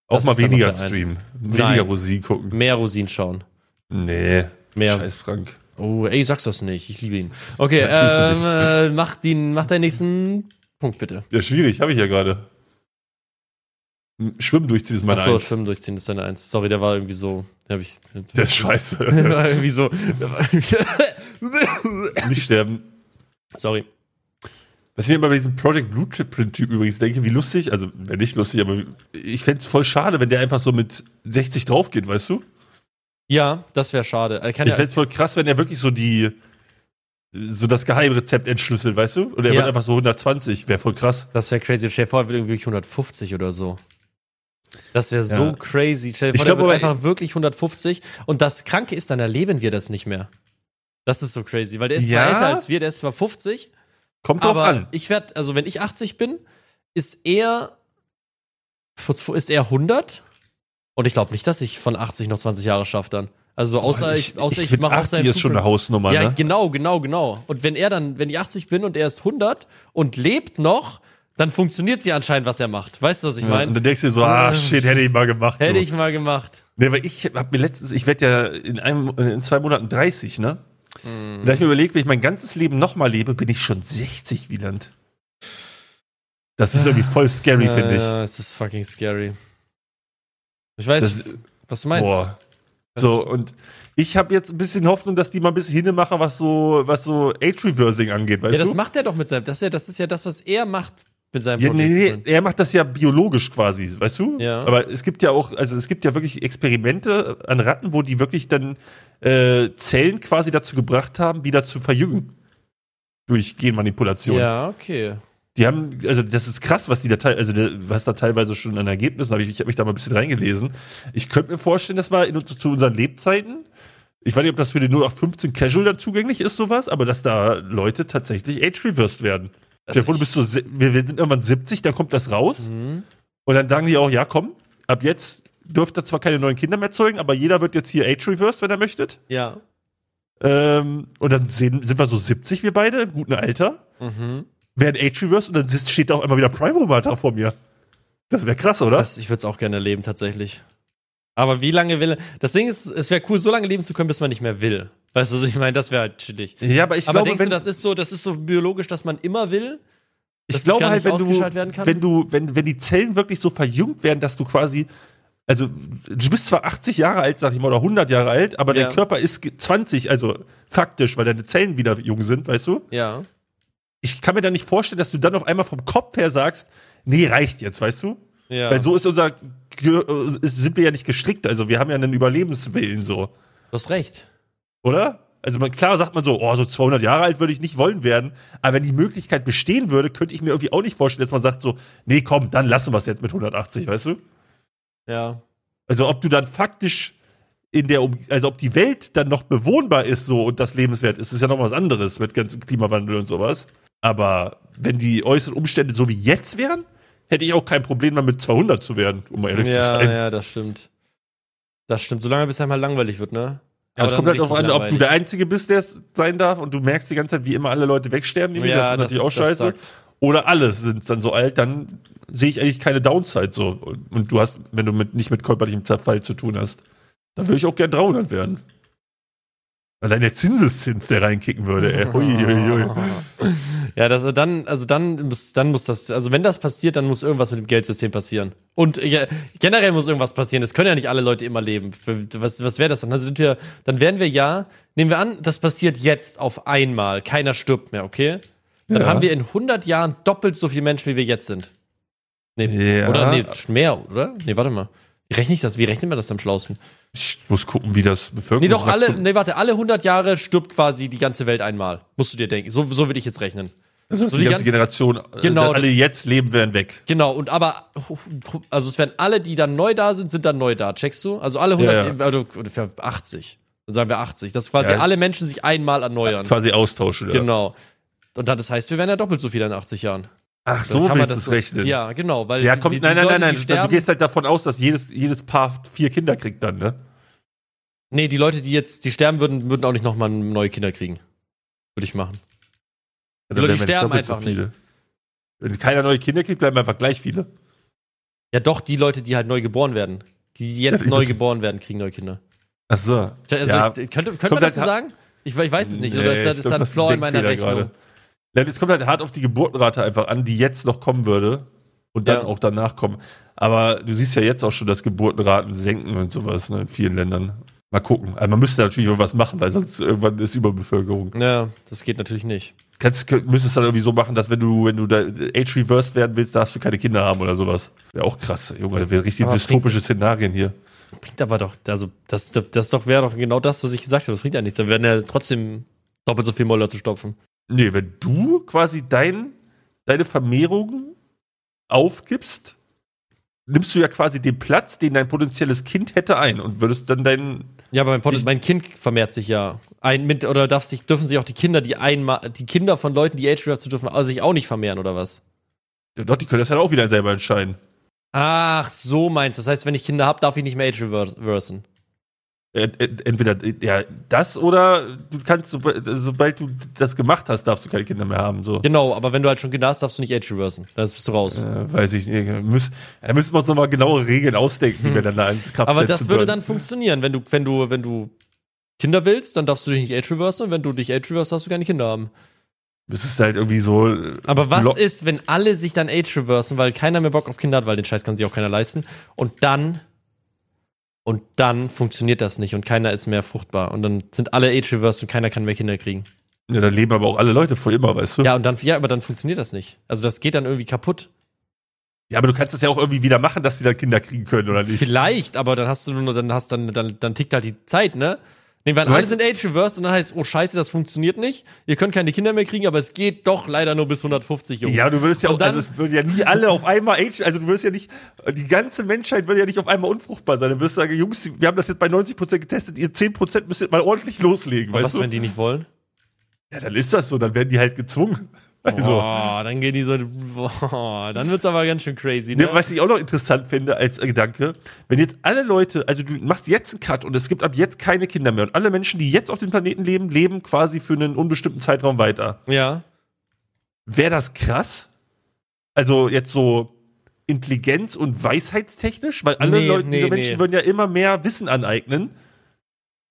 [SPEAKER 1] Auch
[SPEAKER 2] Das
[SPEAKER 1] mal
[SPEAKER 2] ist dann
[SPEAKER 1] weniger
[SPEAKER 2] noch der
[SPEAKER 1] streamen. Weniger
[SPEAKER 2] Nein.
[SPEAKER 1] Rosinen gucken.
[SPEAKER 2] Mehr Rosinen schauen.
[SPEAKER 1] Nee.
[SPEAKER 2] Mehr-
[SPEAKER 1] Scheiß Frank.
[SPEAKER 2] Oh, ey, sag's das nicht. Ich liebe ihn. Okay,
[SPEAKER 1] Ja, ich liebe
[SPEAKER 2] ähm, äh, mach, den, mach deinen nächsten Punkt bitte.
[SPEAKER 1] Ja, schwierig, habe ich ja gerade. Hm, Schwimmen durchziehen ist meine
[SPEAKER 2] Achso,
[SPEAKER 1] Eins.
[SPEAKER 2] Schwimmen durchziehen ist deine Eins. Sorry, der war irgendwie so. Der, hab ich,
[SPEAKER 1] Der
[SPEAKER 2] der
[SPEAKER 1] ist scheiße.
[SPEAKER 2] war irgendwie so. Der war irgendwie
[SPEAKER 1] Nicht sterben.
[SPEAKER 2] Sorry.
[SPEAKER 1] Was ich mir immer bei diesem Project Blue Chip Print Typ übrigens denke, wie lustig, also wenn nicht lustig, aber wie- ich fänd's voll schade, wenn der einfach so mit 60 drauf geht, weißt du?
[SPEAKER 2] Ja, das wäre schade. Er kann
[SPEAKER 1] Ich
[SPEAKER 2] ja
[SPEAKER 1] fänd's
[SPEAKER 2] als,
[SPEAKER 1] voll krass, wenn er wirklich so die, so das Geheimrezept entschlüsselt, weißt du? Und er
[SPEAKER 2] Ja.
[SPEAKER 1] wird einfach so 120, wäre voll krass.
[SPEAKER 2] das wäre crazy. Stell dir vor, er wird irgendwie 150 oder so. Das wäre so
[SPEAKER 1] Ja.
[SPEAKER 2] crazy. Stell dir
[SPEAKER 1] Ich
[SPEAKER 2] vor, der
[SPEAKER 1] glaub
[SPEAKER 2] wird
[SPEAKER 1] aber-
[SPEAKER 2] einfach wirklich 150. Und das Kranke ist, dann erleben wir das nicht mehr. Das ist so crazy, weil der ist
[SPEAKER 1] Ja?
[SPEAKER 2] zwar älter als wir, der ist zwar 50,
[SPEAKER 1] Kommt drauf
[SPEAKER 2] Aber
[SPEAKER 1] an.
[SPEAKER 2] ich werde, also wenn ich 80 bin, ist er ist er 100 und ich glaube nicht, dass ich von 80 noch 20 Jahre schaffe dann. Also außer
[SPEAKER 1] Boah,
[SPEAKER 2] ich, außer ich,
[SPEAKER 1] bin
[SPEAKER 2] mache auch
[SPEAKER 1] 80
[SPEAKER 2] seinen
[SPEAKER 1] ist schon eine
[SPEAKER 2] Kuchen-
[SPEAKER 1] Hausnummer,
[SPEAKER 2] Ja,
[SPEAKER 1] ne?
[SPEAKER 2] genau, genau, genau. Und wenn er dann, wenn ich 80 bin und er ist 100 und lebt noch, dann funktioniert sie anscheinend, was er macht. Weißt du, was ich
[SPEAKER 1] Ja, und
[SPEAKER 2] meine?
[SPEAKER 1] dann denkst du dir so, ah, shit, hätte ich mal gemacht.
[SPEAKER 2] Oh, Hätte
[SPEAKER 1] du.
[SPEAKER 2] ich mal gemacht.
[SPEAKER 1] Nee, weil ich hab mir letztens, ich werde ja in einem, in zwei Monaten 30, ne?
[SPEAKER 2] Mhm.
[SPEAKER 1] Da hab ich mir überlegt, wenn ich mein ganzes Leben nochmal lebe, bin ich schon 60, Wieland. Das ist irgendwie voll scary, finde ich.
[SPEAKER 2] Äh, es ist fucking scary. Ich weiß,
[SPEAKER 1] Das,
[SPEAKER 2] was du meinst.
[SPEAKER 1] boah. So,
[SPEAKER 2] Also
[SPEAKER 1] und ich habe jetzt ein bisschen Hoffnung, dass die mal ein bisschen hinmachen, was so, was so Age-Reversing angeht, weißt
[SPEAKER 2] ja, das
[SPEAKER 1] du?
[SPEAKER 2] macht er doch mit seinem, das ist ja, das ist ja das, was er macht mit seinem
[SPEAKER 1] Ja, nee, nee,
[SPEAKER 2] Project.
[SPEAKER 1] er macht das ja biologisch quasi, weißt du?
[SPEAKER 2] Ja.
[SPEAKER 1] Aber es gibt ja auch, also es gibt ja wirklich Experimente an Ratten, wo die wirklich dann äh, Zellen quasi dazu gebracht haben, wieder zu verjüngen. Durch Genmanipulation.
[SPEAKER 2] Ja, okay.
[SPEAKER 1] Die haben, also das ist krass, was die da teil, also der- was da teilweise schon an Ergebnissen habe. Ich, ich habe mich da mal ein bisschen reingelesen. Ich könnte mir vorstellen, das war in, uns- zu unseren Lebzeiten. Ich weiß nicht, ob das für den 0815 Casual dann zugänglich ist, sowas, aber dass da Leute tatsächlich age-reversed werden.
[SPEAKER 2] Also
[SPEAKER 1] Stell dir vor, du
[SPEAKER 2] ich-
[SPEAKER 1] bist so, se- wir, wir sind irgendwann 70, dann kommt das raus. Und dann sagen die auch, ja, komm, ab jetzt dürft ihr zwar keine neuen Kinder mehr zeugen, aber jeder wird jetzt hier age-reversed, wenn er möchtet.
[SPEAKER 2] Ja.
[SPEAKER 1] Ähm, und dann sehen, sind wir so 70, wir beide, im guten Alter. wäre ein Age-Reverse und dann sitzt- steht da auch immer wieder Prime-Roboter vor mir. Das wäre krass, oder?
[SPEAKER 2] Das, ich würde es auch gerne leben, tatsächlich. Aber wie lange will. Das Ding ist, es wäre cool, so lange leben zu können, bis man nicht mehr will. Weißt du, was ich meine, das wäre halt chillig.
[SPEAKER 1] ja, aber ich
[SPEAKER 2] Aber
[SPEAKER 1] glaube,
[SPEAKER 2] denkst
[SPEAKER 1] wenn,
[SPEAKER 2] du, das ist so, das ist so biologisch, dass man immer will? dass
[SPEAKER 1] ich
[SPEAKER 2] es
[SPEAKER 1] glaube
[SPEAKER 2] gar
[SPEAKER 1] halt,
[SPEAKER 2] nicht
[SPEAKER 1] wenn du,
[SPEAKER 2] ausgeschaltet werden kann?
[SPEAKER 1] wenn du, wenn, wenn die Zellen wirklich so verjüngt werden, dass du quasi, also du bist zwar 80 Jahre alt, sag ich mal, oder 100 Jahre alt, aber
[SPEAKER 2] Ja.
[SPEAKER 1] dein Körper ist ge- 20, also faktisch, weil deine Zellen wieder jung sind, weißt du?
[SPEAKER 2] Ja.
[SPEAKER 1] Ich kann mir da nicht vorstellen, dass du dann auf einmal vom Kopf her sagst, nee, reicht jetzt, weißt du?
[SPEAKER 2] Ja.
[SPEAKER 1] Weil so ist unser, Ge- äh, ist- sind wir ja nicht gestrickt, also wir haben ja einen Überlebenswillen so,
[SPEAKER 2] du hast recht.
[SPEAKER 1] oder? Also man, klar sagt man so, oh, so 200 Jahre alt würde ich nicht wollen werden, aber wenn die Möglichkeit bestehen würde, könnte ich mir irgendwie auch nicht vorstellen, dass man sagt so, nee, komm, dann lassen wir es jetzt mit 180, weißt du?
[SPEAKER 2] Ja.
[SPEAKER 1] Also ob du dann faktisch in der, um also ob die Welt dann noch bewohnbar ist so und das lebenswert ist, ist ja noch was anderes mit ganzem Klimawandel und sowas. Aber wenn die äußeren Umstände so wie jetzt wären, hätte ich auch kein Problem damit 200 zu werden, um mal ehrlich zu
[SPEAKER 2] Ja,
[SPEAKER 1] sein.
[SPEAKER 2] ja, das stimmt. Das stimmt. Solange bis einmal langweilig wird, ne?
[SPEAKER 1] Aber es
[SPEAKER 2] dann
[SPEAKER 1] kommt halt darauf
[SPEAKER 2] richtig
[SPEAKER 1] an, ob du
[SPEAKER 2] langweilig.
[SPEAKER 1] der Einzige bist, der es sein darf und du merkst die ganze Zeit, wie immer alle Leute wegsterben, nämlich, das ist natürlich auch scheiße.
[SPEAKER 2] sagt-
[SPEAKER 1] Oder alle sind dann so alt, dann sehe ich eigentlich keine Downside so. Und und du hast, wenn du mit, nicht mit körperlichem Zerfall zu tun hast, dann würde ich auch gern 300 werden. Allein der Zinseszins, der reinkicken würde, ey. Hui, hui, hui.
[SPEAKER 2] Ja, das, dann, also dann muss, dann muss das, also wenn das passiert, dann muss irgendwas mit dem Geldsystem passieren. Und äh, ja, generell muss irgendwas passieren. Es können ja nicht alle Leute immer leben. Was, was wäre das dann? Also sind wir, dann wären wir ja, nehmen wir an, das passiert jetzt auf einmal. Keiner stirbt mehr, okay? Dann
[SPEAKER 1] Ja.
[SPEAKER 2] haben wir in 100 Jahren doppelt so viele Menschen, wie wir jetzt sind. Nee,
[SPEAKER 1] Ja.
[SPEAKER 2] oder? Nee, mehr, oder? Nee, warte mal. Wie rechne ich das? Wie rechnet man das am schlausten?
[SPEAKER 1] Ich muss gucken, wie das Bevölkerung
[SPEAKER 2] Nee, doch, alle, nee, warte, alle 100 Jahre stirbt quasi die ganze Welt einmal. Musst du dir denken. So, so würde ich jetzt rechnen.
[SPEAKER 1] also,
[SPEAKER 2] so
[SPEAKER 1] die
[SPEAKER 2] die
[SPEAKER 1] ganze
[SPEAKER 2] ganze-
[SPEAKER 1] Generation, äh,
[SPEAKER 2] Genau,
[SPEAKER 1] alle
[SPEAKER 2] das-
[SPEAKER 1] jetzt leben, werden weg.
[SPEAKER 2] Genau, und aber, also es werden alle, die dann neu da sind, sind dann neu da, checkst du? Also alle 100,
[SPEAKER 1] Ja,
[SPEAKER 2] also ungefähr 80. Dann sagen wir 80. Dass quasi
[SPEAKER 1] Ja.
[SPEAKER 2] alle Menschen sich einmal erneuern.
[SPEAKER 1] Quasi austauschen. ja.
[SPEAKER 2] Genau. Und dann, das heißt, wir wären ja doppelt so viele in 80 Jahren.
[SPEAKER 1] Ach,
[SPEAKER 2] Dann
[SPEAKER 1] so
[SPEAKER 2] kann man
[SPEAKER 1] willst du es
[SPEAKER 2] so-
[SPEAKER 1] rechnen.
[SPEAKER 2] Ja, genau, weil
[SPEAKER 1] Ja,
[SPEAKER 2] die-
[SPEAKER 1] komm,
[SPEAKER 2] die- die
[SPEAKER 1] nein, nein,
[SPEAKER 2] Leute,
[SPEAKER 1] nein, nein.
[SPEAKER 2] die
[SPEAKER 1] Du
[SPEAKER 2] sterben-
[SPEAKER 1] gehst halt davon aus, dass jedes, jedes Paar vier Kinder kriegt dann, ne?
[SPEAKER 2] Nee, die Leute, die jetzt, die sterben würden, würden auch nicht nochmal neue Kinder kriegen. Würde ich machen.
[SPEAKER 1] Ja,
[SPEAKER 2] Die
[SPEAKER 1] dann
[SPEAKER 2] Leute
[SPEAKER 1] wären wir
[SPEAKER 2] sterben
[SPEAKER 1] doppelt so
[SPEAKER 2] einfach nicht.
[SPEAKER 1] viele. Wenn keiner neue Kinder kriegt, bleiben einfach gleich viele.
[SPEAKER 2] Ja, doch, die Leute, die halt neu geboren werden. Die
[SPEAKER 1] Ja,
[SPEAKER 2] jetzt
[SPEAKER 1] die
[SPEAKER 2] neu
[SPEAKER 1] müssen-
[SPEAKER 2] geboren werden, kriegen neue Kinder.
[SPEAKER 1] Ach so.
[SPEAKER 2] Also
[SPEAKER 1] ja.
[SPEAKER 2] ich, könnte könnte man
[SPEAKER 1] Kommt
[SPEAKER 2] das so
[SPEAKER 1] halt-
[SPEAKER 2] sagen? Ich, ich weiß es nicht.
[SPEAKER 1] Nee,
[SPEAKER 2] oder ist
[SPEAKER 1] ich
[SPEAKER 2] halt, das, ist
[SPEAKER 1] glaub,
[SPEAKER 2] da ein
[SPEAKER 1] das ist
[SPEAKER 2] Flaw in meiner
[SPEAKER 1] Denkfehler
[SPEAKER 2] Rechnung?
[SPEAKER 1] gerade. Ja, Es kommt halt hart auf die Geburtenrate einfach an, die jetzt noch kommen würde und dann
[SPEAKER 2] Ja.
[SPEAKER 1] auch danach kommen. Aber du siehst ja jetzt auch schon, dass Geburtenraten senken und sowas ne, in vielen Ländern. Mal gucken. Also man müsste natürlich irgendwas machen, weil sonst irgendwann ist Überbevölkerung.
[SPEAKER 2] Ja, das geht natürlich nicht.
[SPEAKER 1] Kannst, könnt- müsstest dann irgendwie so machen, dass wenn du, wenn du da age reversed werden willst, darfst du keine Kinder haben oder sowas. Wäre auch krass, Junge. Das wäre richtig
[SPEAKER 2] Aber
[SPEAKER 1] dystopische Szenarien hier.
[SPEAKER 2] Bringt aber doch, also das, das, das doch wäre doch genau das, was ich gesagt habe. Das bringt ja nichts. Dann werden ja trotzdem doppelt so viel Moller zu stopfen.
[SPEAKER 1] Nee, wenn du quasi dein, deine Vermehrung aufgibst, nimmst du ja quasi den Platz, den dein potenzielles Kind hätte, ein und würdest dann deinen.
[SPEAKER 2] Ja, aber mein, Pod
[SPEAKER 1] Ich-
[SPEAKER 2] mein Kind vermehrt sich ja. Ein mit, oder darf sich, dürfen sich auch die Kinder, die einmal, die Kinder von Leuten, die Age zu dürfen, also sich auch nicht vermehren, oder was?
[SPEAKER 1] Ja, doch, die können das dann auch wieder selber entscheiden.
[SPEAKER 2] Ach, so meinst du. Das heißt, wenn ich Kinder habe, darf ich nicht mehr Age reversen.
[SPEAKER 1] Ent- ent- Entweder äh, ja, das oder du kannst, sob- sobald du das gemacht hast, darfst du keine Kinder mehr haben. So.
[SPEAKER 2] Genau, aber wenn du halt schon Kinder hast, darfst du nicht Age reversen. Dann bist du raus.
[SPEAKER 1] Äh, weiß ich nicht. Müß, da müssen wir uns nochmal genauere Regeln ausdenken, wie wir dann da in Kraft
[SPEAKER 2] Hm. Aber
[SPEAKER 1] setzen
[SPEAKER 2] das würde
[SPEAKER 1] würden.
[SPEAKER 2] dann funktionieren, wenn du, wenn du, wenn du Kinder willst, dann darfst du dich nicht Age reversen und wenn du dich Age reversen, darfst du keine Kinder haben.
[SPEAKER 1] Müsstest du halt irgendwie so. äh,
[SPEAKER 2] Aber was
[SPEAKER 1] lo-
[SPEAKER 2] ist, wenn alle sich dann Age reversen, weil keiner mehr Bock auf Kinder hat, weil den Scheiß kann sich auch keiner leisten und dann und dann funktioniert das nicht und keiner ist mehr fruchtbar und dann sind alle Age reversed und keiner kann mehr Kinder kriegen.
[SPEAKER 1] Ja, dann leben aber auch alle Leute vor immer, weißt du?
[SPEAKER 2] Ja, und dann ja, aber dann funktioniert das nicht. Also das geht dann irgendwie kaputt.
[SPEAKER 1] Ja, aber du kannst das ja auch irgendwie wieder machen, dass die dann Kinder kriegen können, oder nicht?
[SPEAKER 2] Vielleicht, aber dann hast du nur, dann hast dann, dann, dann tickt halt die Zeit, ne? Nee, weil
[SPEAKER 1] Du
[SPEAKER 2] alle
[SPEAKER 1] weißt-
[SPEAKER 2] sind Age Reversed und dann heißt, oh scheiße, das funktioniert nicht. Ihr könnt keine Kinder mehr kriegen, aber es geht doch leider nur bis 150, Jungs.
[SPEAKER 1] Ja, du würdest ja
[SPEAKER 2] Und
[SPEAKER 1] auch,
[SPEAKER 2] dann-
[SPEAKER 1] also es würden ja nie alle auf einmal Age, also du würdest ja nicht, die ganze Menschheit würde ja nicht auf einmal unfruchtbar sein. Dann würdest du sagen, Jungs, wir haben das jetzt bei 90% getestet, ihr 10% müsst jetzt mal ordentlich loslegen,
[SPEAKER 2] was,
[SPEAKER 1] weißt du?
[SPEAKER 2] wenn die nicht wollen?
[SPEAKER 1] Ja, dann ist das so, dann werden die halt gezwungen. Also,
[SPEAKER 2] Boah, Oh, dann gehen die so, boah, dann wird's aber ganz schön crazy, ne?
[SPEAKER 1] ne, was ich auch noch interessant finde als äh, Gedanke, wenn jetzt alle Leute, also du machst jetzt einen Cut und es gibt ab jetzt keine Kinder mehr und alle Menschen, die jetzt auf dem Planeten leben, leben quasi für einen unbestimmten Zeitraum weiter.
[SPEAKER 2] ja.
[SPEAKER 1] Wäre das krass? Also jetzt so Intelligenz- und Weisheitstechnisch? Weil alle
[SPEAKER 2] Nee,
[SPEAKER 1] Leute, diese
[SPEAKER 2] nee,
[SPEAKER 1] Menschen
[SPEAKER 2] nee.
[SPEAKER 1] würden ja immer mehr Wissen aneignen.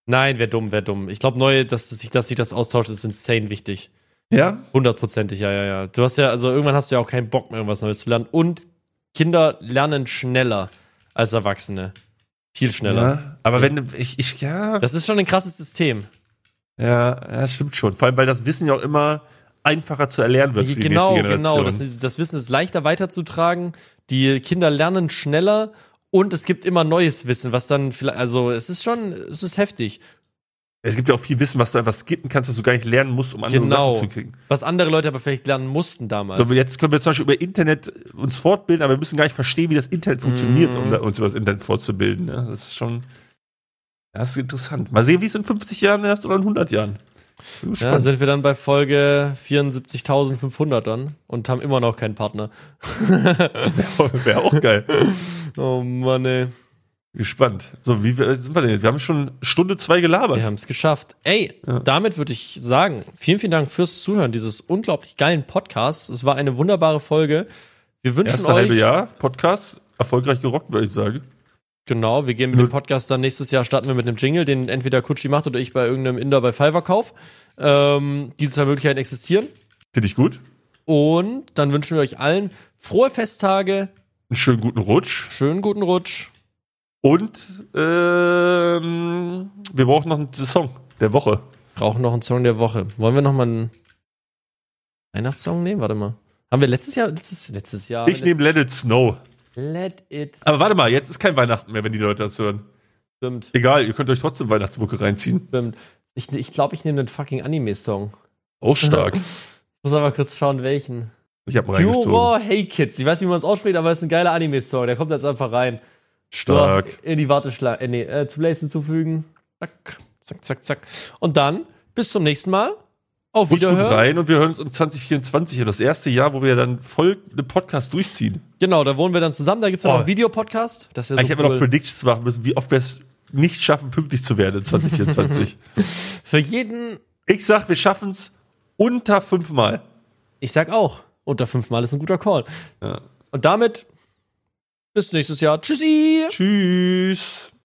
[SPEAKER 2] Nein, wäre dumm, wäre dumm. Ich glaube, neu, dass sich, dass sich das austauscht, ist insane wichtig.
[SPEAKER 4] Ja?
[SPEAKER 2] Hundertprozentig, ja, ja, ja. Du hast ja, also irgendwann hast du ja auch keinen Bock mehr, irgendwas Neues zu lernen. Und Kinder lernen schneller als Erwachsene. Viel schneller.
[SPEAKER 4] Ja,
[SPEAKER 1] Aber wenn ich, ich ja,
[SPEAKER 2] Das ist schon ein krasses System.
[SPEAKER 1] ja, ja, stimmt schon. Vor allem, weil das Wissen ja auch immer einfacher zu erlernen wird. Für die
[SPEAKER 2] genau,
[SPEAKER 1] nächste
[SPEAKER 2] genau.
[SPEAKER 1] Generation.
[SPEAKER 2] Das, das Wissen ist leichter weiterzutragen. Die Kinder lernen schneller und es gibt immer neues Wissen, was dann vielleicht, also es ist schon, es ist heftig.
[SPEAKER 1] es gibt ja auch viel Wissen, was du einfach skippen kannst, was du gar nicht lernen musst, um andere
[SPEAKER 2] Genau.
[SPEAKER 1] Sachen zu kriegen.
[SPEAKER 2] Was andere Leute aber vielleicht lernen mussten damals.
[SPEAKER 1] So, aber jetzt können wir zum Beispiel über Internet uns fortbilden, aber wir müssen gar nicht verstehen, wie das Internet funktioniert, um
[SPEAKER 2] Mhm.
[SPEAKER 1] uns über das Internet fortzubilden. Ja, das ist schon, das ist interessant. Mal sehen, wie es in 50 Jahren erst oder in 100 Jahren. Bin
[SPEAKER 2] ja,
[SPEAKER 1] gespannt.
[SPEAKER 2] sind wir dann bei Folge 74.500 dann und haben immer noch keinen Partner.
[SPEAKER 1] Wäre auch geil.
[SPEAKER 2] oh Mann, ey.
[SPEAKER 1] gespannt. So, wie wir- sind wir denn jetzt? Wir haben schon Stunde zwei gelabert.
[SPEAKER 2] Wir haben es geschafft. Ey,
[SPEAKER 1] Ja.
[SPEAKER 2] damit würde ich sagen, vielen, vielen Dank fürs Zuhören dieses unglaublich geilen Podcasts. Es war eine wunderbare Folge. Wir wünschen
[SPEAKER 1] Erste halbe
[SPEAKER 2] euch
[SPEAKER 1] Jahr, Podcast, erfolgreich gerockt, würde ich sagen.
[SPEAKER 2] genau, wir gehen mit dem Podcast dann nächstes Jahr starten wir mit einem Jingle, den entweder Kutschi macht oder ich bei irgendeinem Inder bei Fiverr kauf. Ähm, die zwei Möglichkeiten existieren
[SPEAKER 1] Finde ich gut.
[SPEAKER 2] und dann wünschen wir euch allen frohe Festtage,
[SPEAKER 1] Einen schönen guten Rutsch.
[SPEAKER 2] schönen guten Rutsch.
[SPEAKER 1] Und ähm, wir brauchen noch einen Song der Woche.
[SPEAKER 2] Brauchen noch einen Song der Woche. Wollen wir noch mal einen Weihnachtssong nehmen? Warte mal. Haben wir letztes Jahr letztes letztes Jahr
[SPEAKER 1] Ich nehme Let It Snow.
[SPEAKER 2] Let it
[SPEAKER 1] Aber warte mal, jetzt ist kein Weihnachten mehr, wenn die Leute das hören.
[SPEAKER 2] stimmt.
[SPEAKER 1] Egal, ihr könnt euch trotzdem Weihnachtsmucke reinziehen.
[SPEAKER 2] Stimmt. Ich glaube, ich, glaub, ich nehme einen fucking Anime-Song.
[SPEAKER 1] Auch stark.
[SPEAKER 2] Muss aber kurz schauen, welchen.
[SPEAKER 1] Ich habe reingestoßen.
[SPEAKER 2] Pure Hey Kids. Ich weiß nicht, wie man es ausspricht, aber es ist ein geiler Anime-Song. Der kommt jetzt einfach rein. So,
[SPEAKER 1] Stark.
[SPEAKER 2] In die Warteschlange. Äh, nee, äh, zum Playlist hinzufügen. Zack, zack, zack, zack. Und dann bis zum nächsten Mal. Auf
[SPEAKER 1] Rutscht gut
[SPEAKER 2] Wiederhören.
[SPEAKER 1] rein und wir hören uns um 2024, ja, das erste Jahr, wo wir dann voll den Podcast durchziehen.
[SPEAKER 2] Genau, da wohnen wir dann zusammen. Da gibt es dann
[SPEAKER 1] Oh.
[SPEAKER 2] noch einen Videopodcast. Das wäre
[SPEAKER 1] Eigentlich
[SPEAKER 2] so
[SPEAKER 1] hätten wir noch
[SPEAKER 2] cool.
[SPEAKER 1] Predictions machen müssen, wie oft wir es nicht schaffen, pünktlich zu werden in 2024.
[SPEAKER 2] Für jeden,
[SPEAKER 1] ich sag, wir schaffen es unter fünfmal.
[SPEAKER 2] ich sag auch, unter fünfmal ist ein guter Call. Und damit bis nächstes Jahr. Tschüssi.
[SPEAKER 1] Tschüss.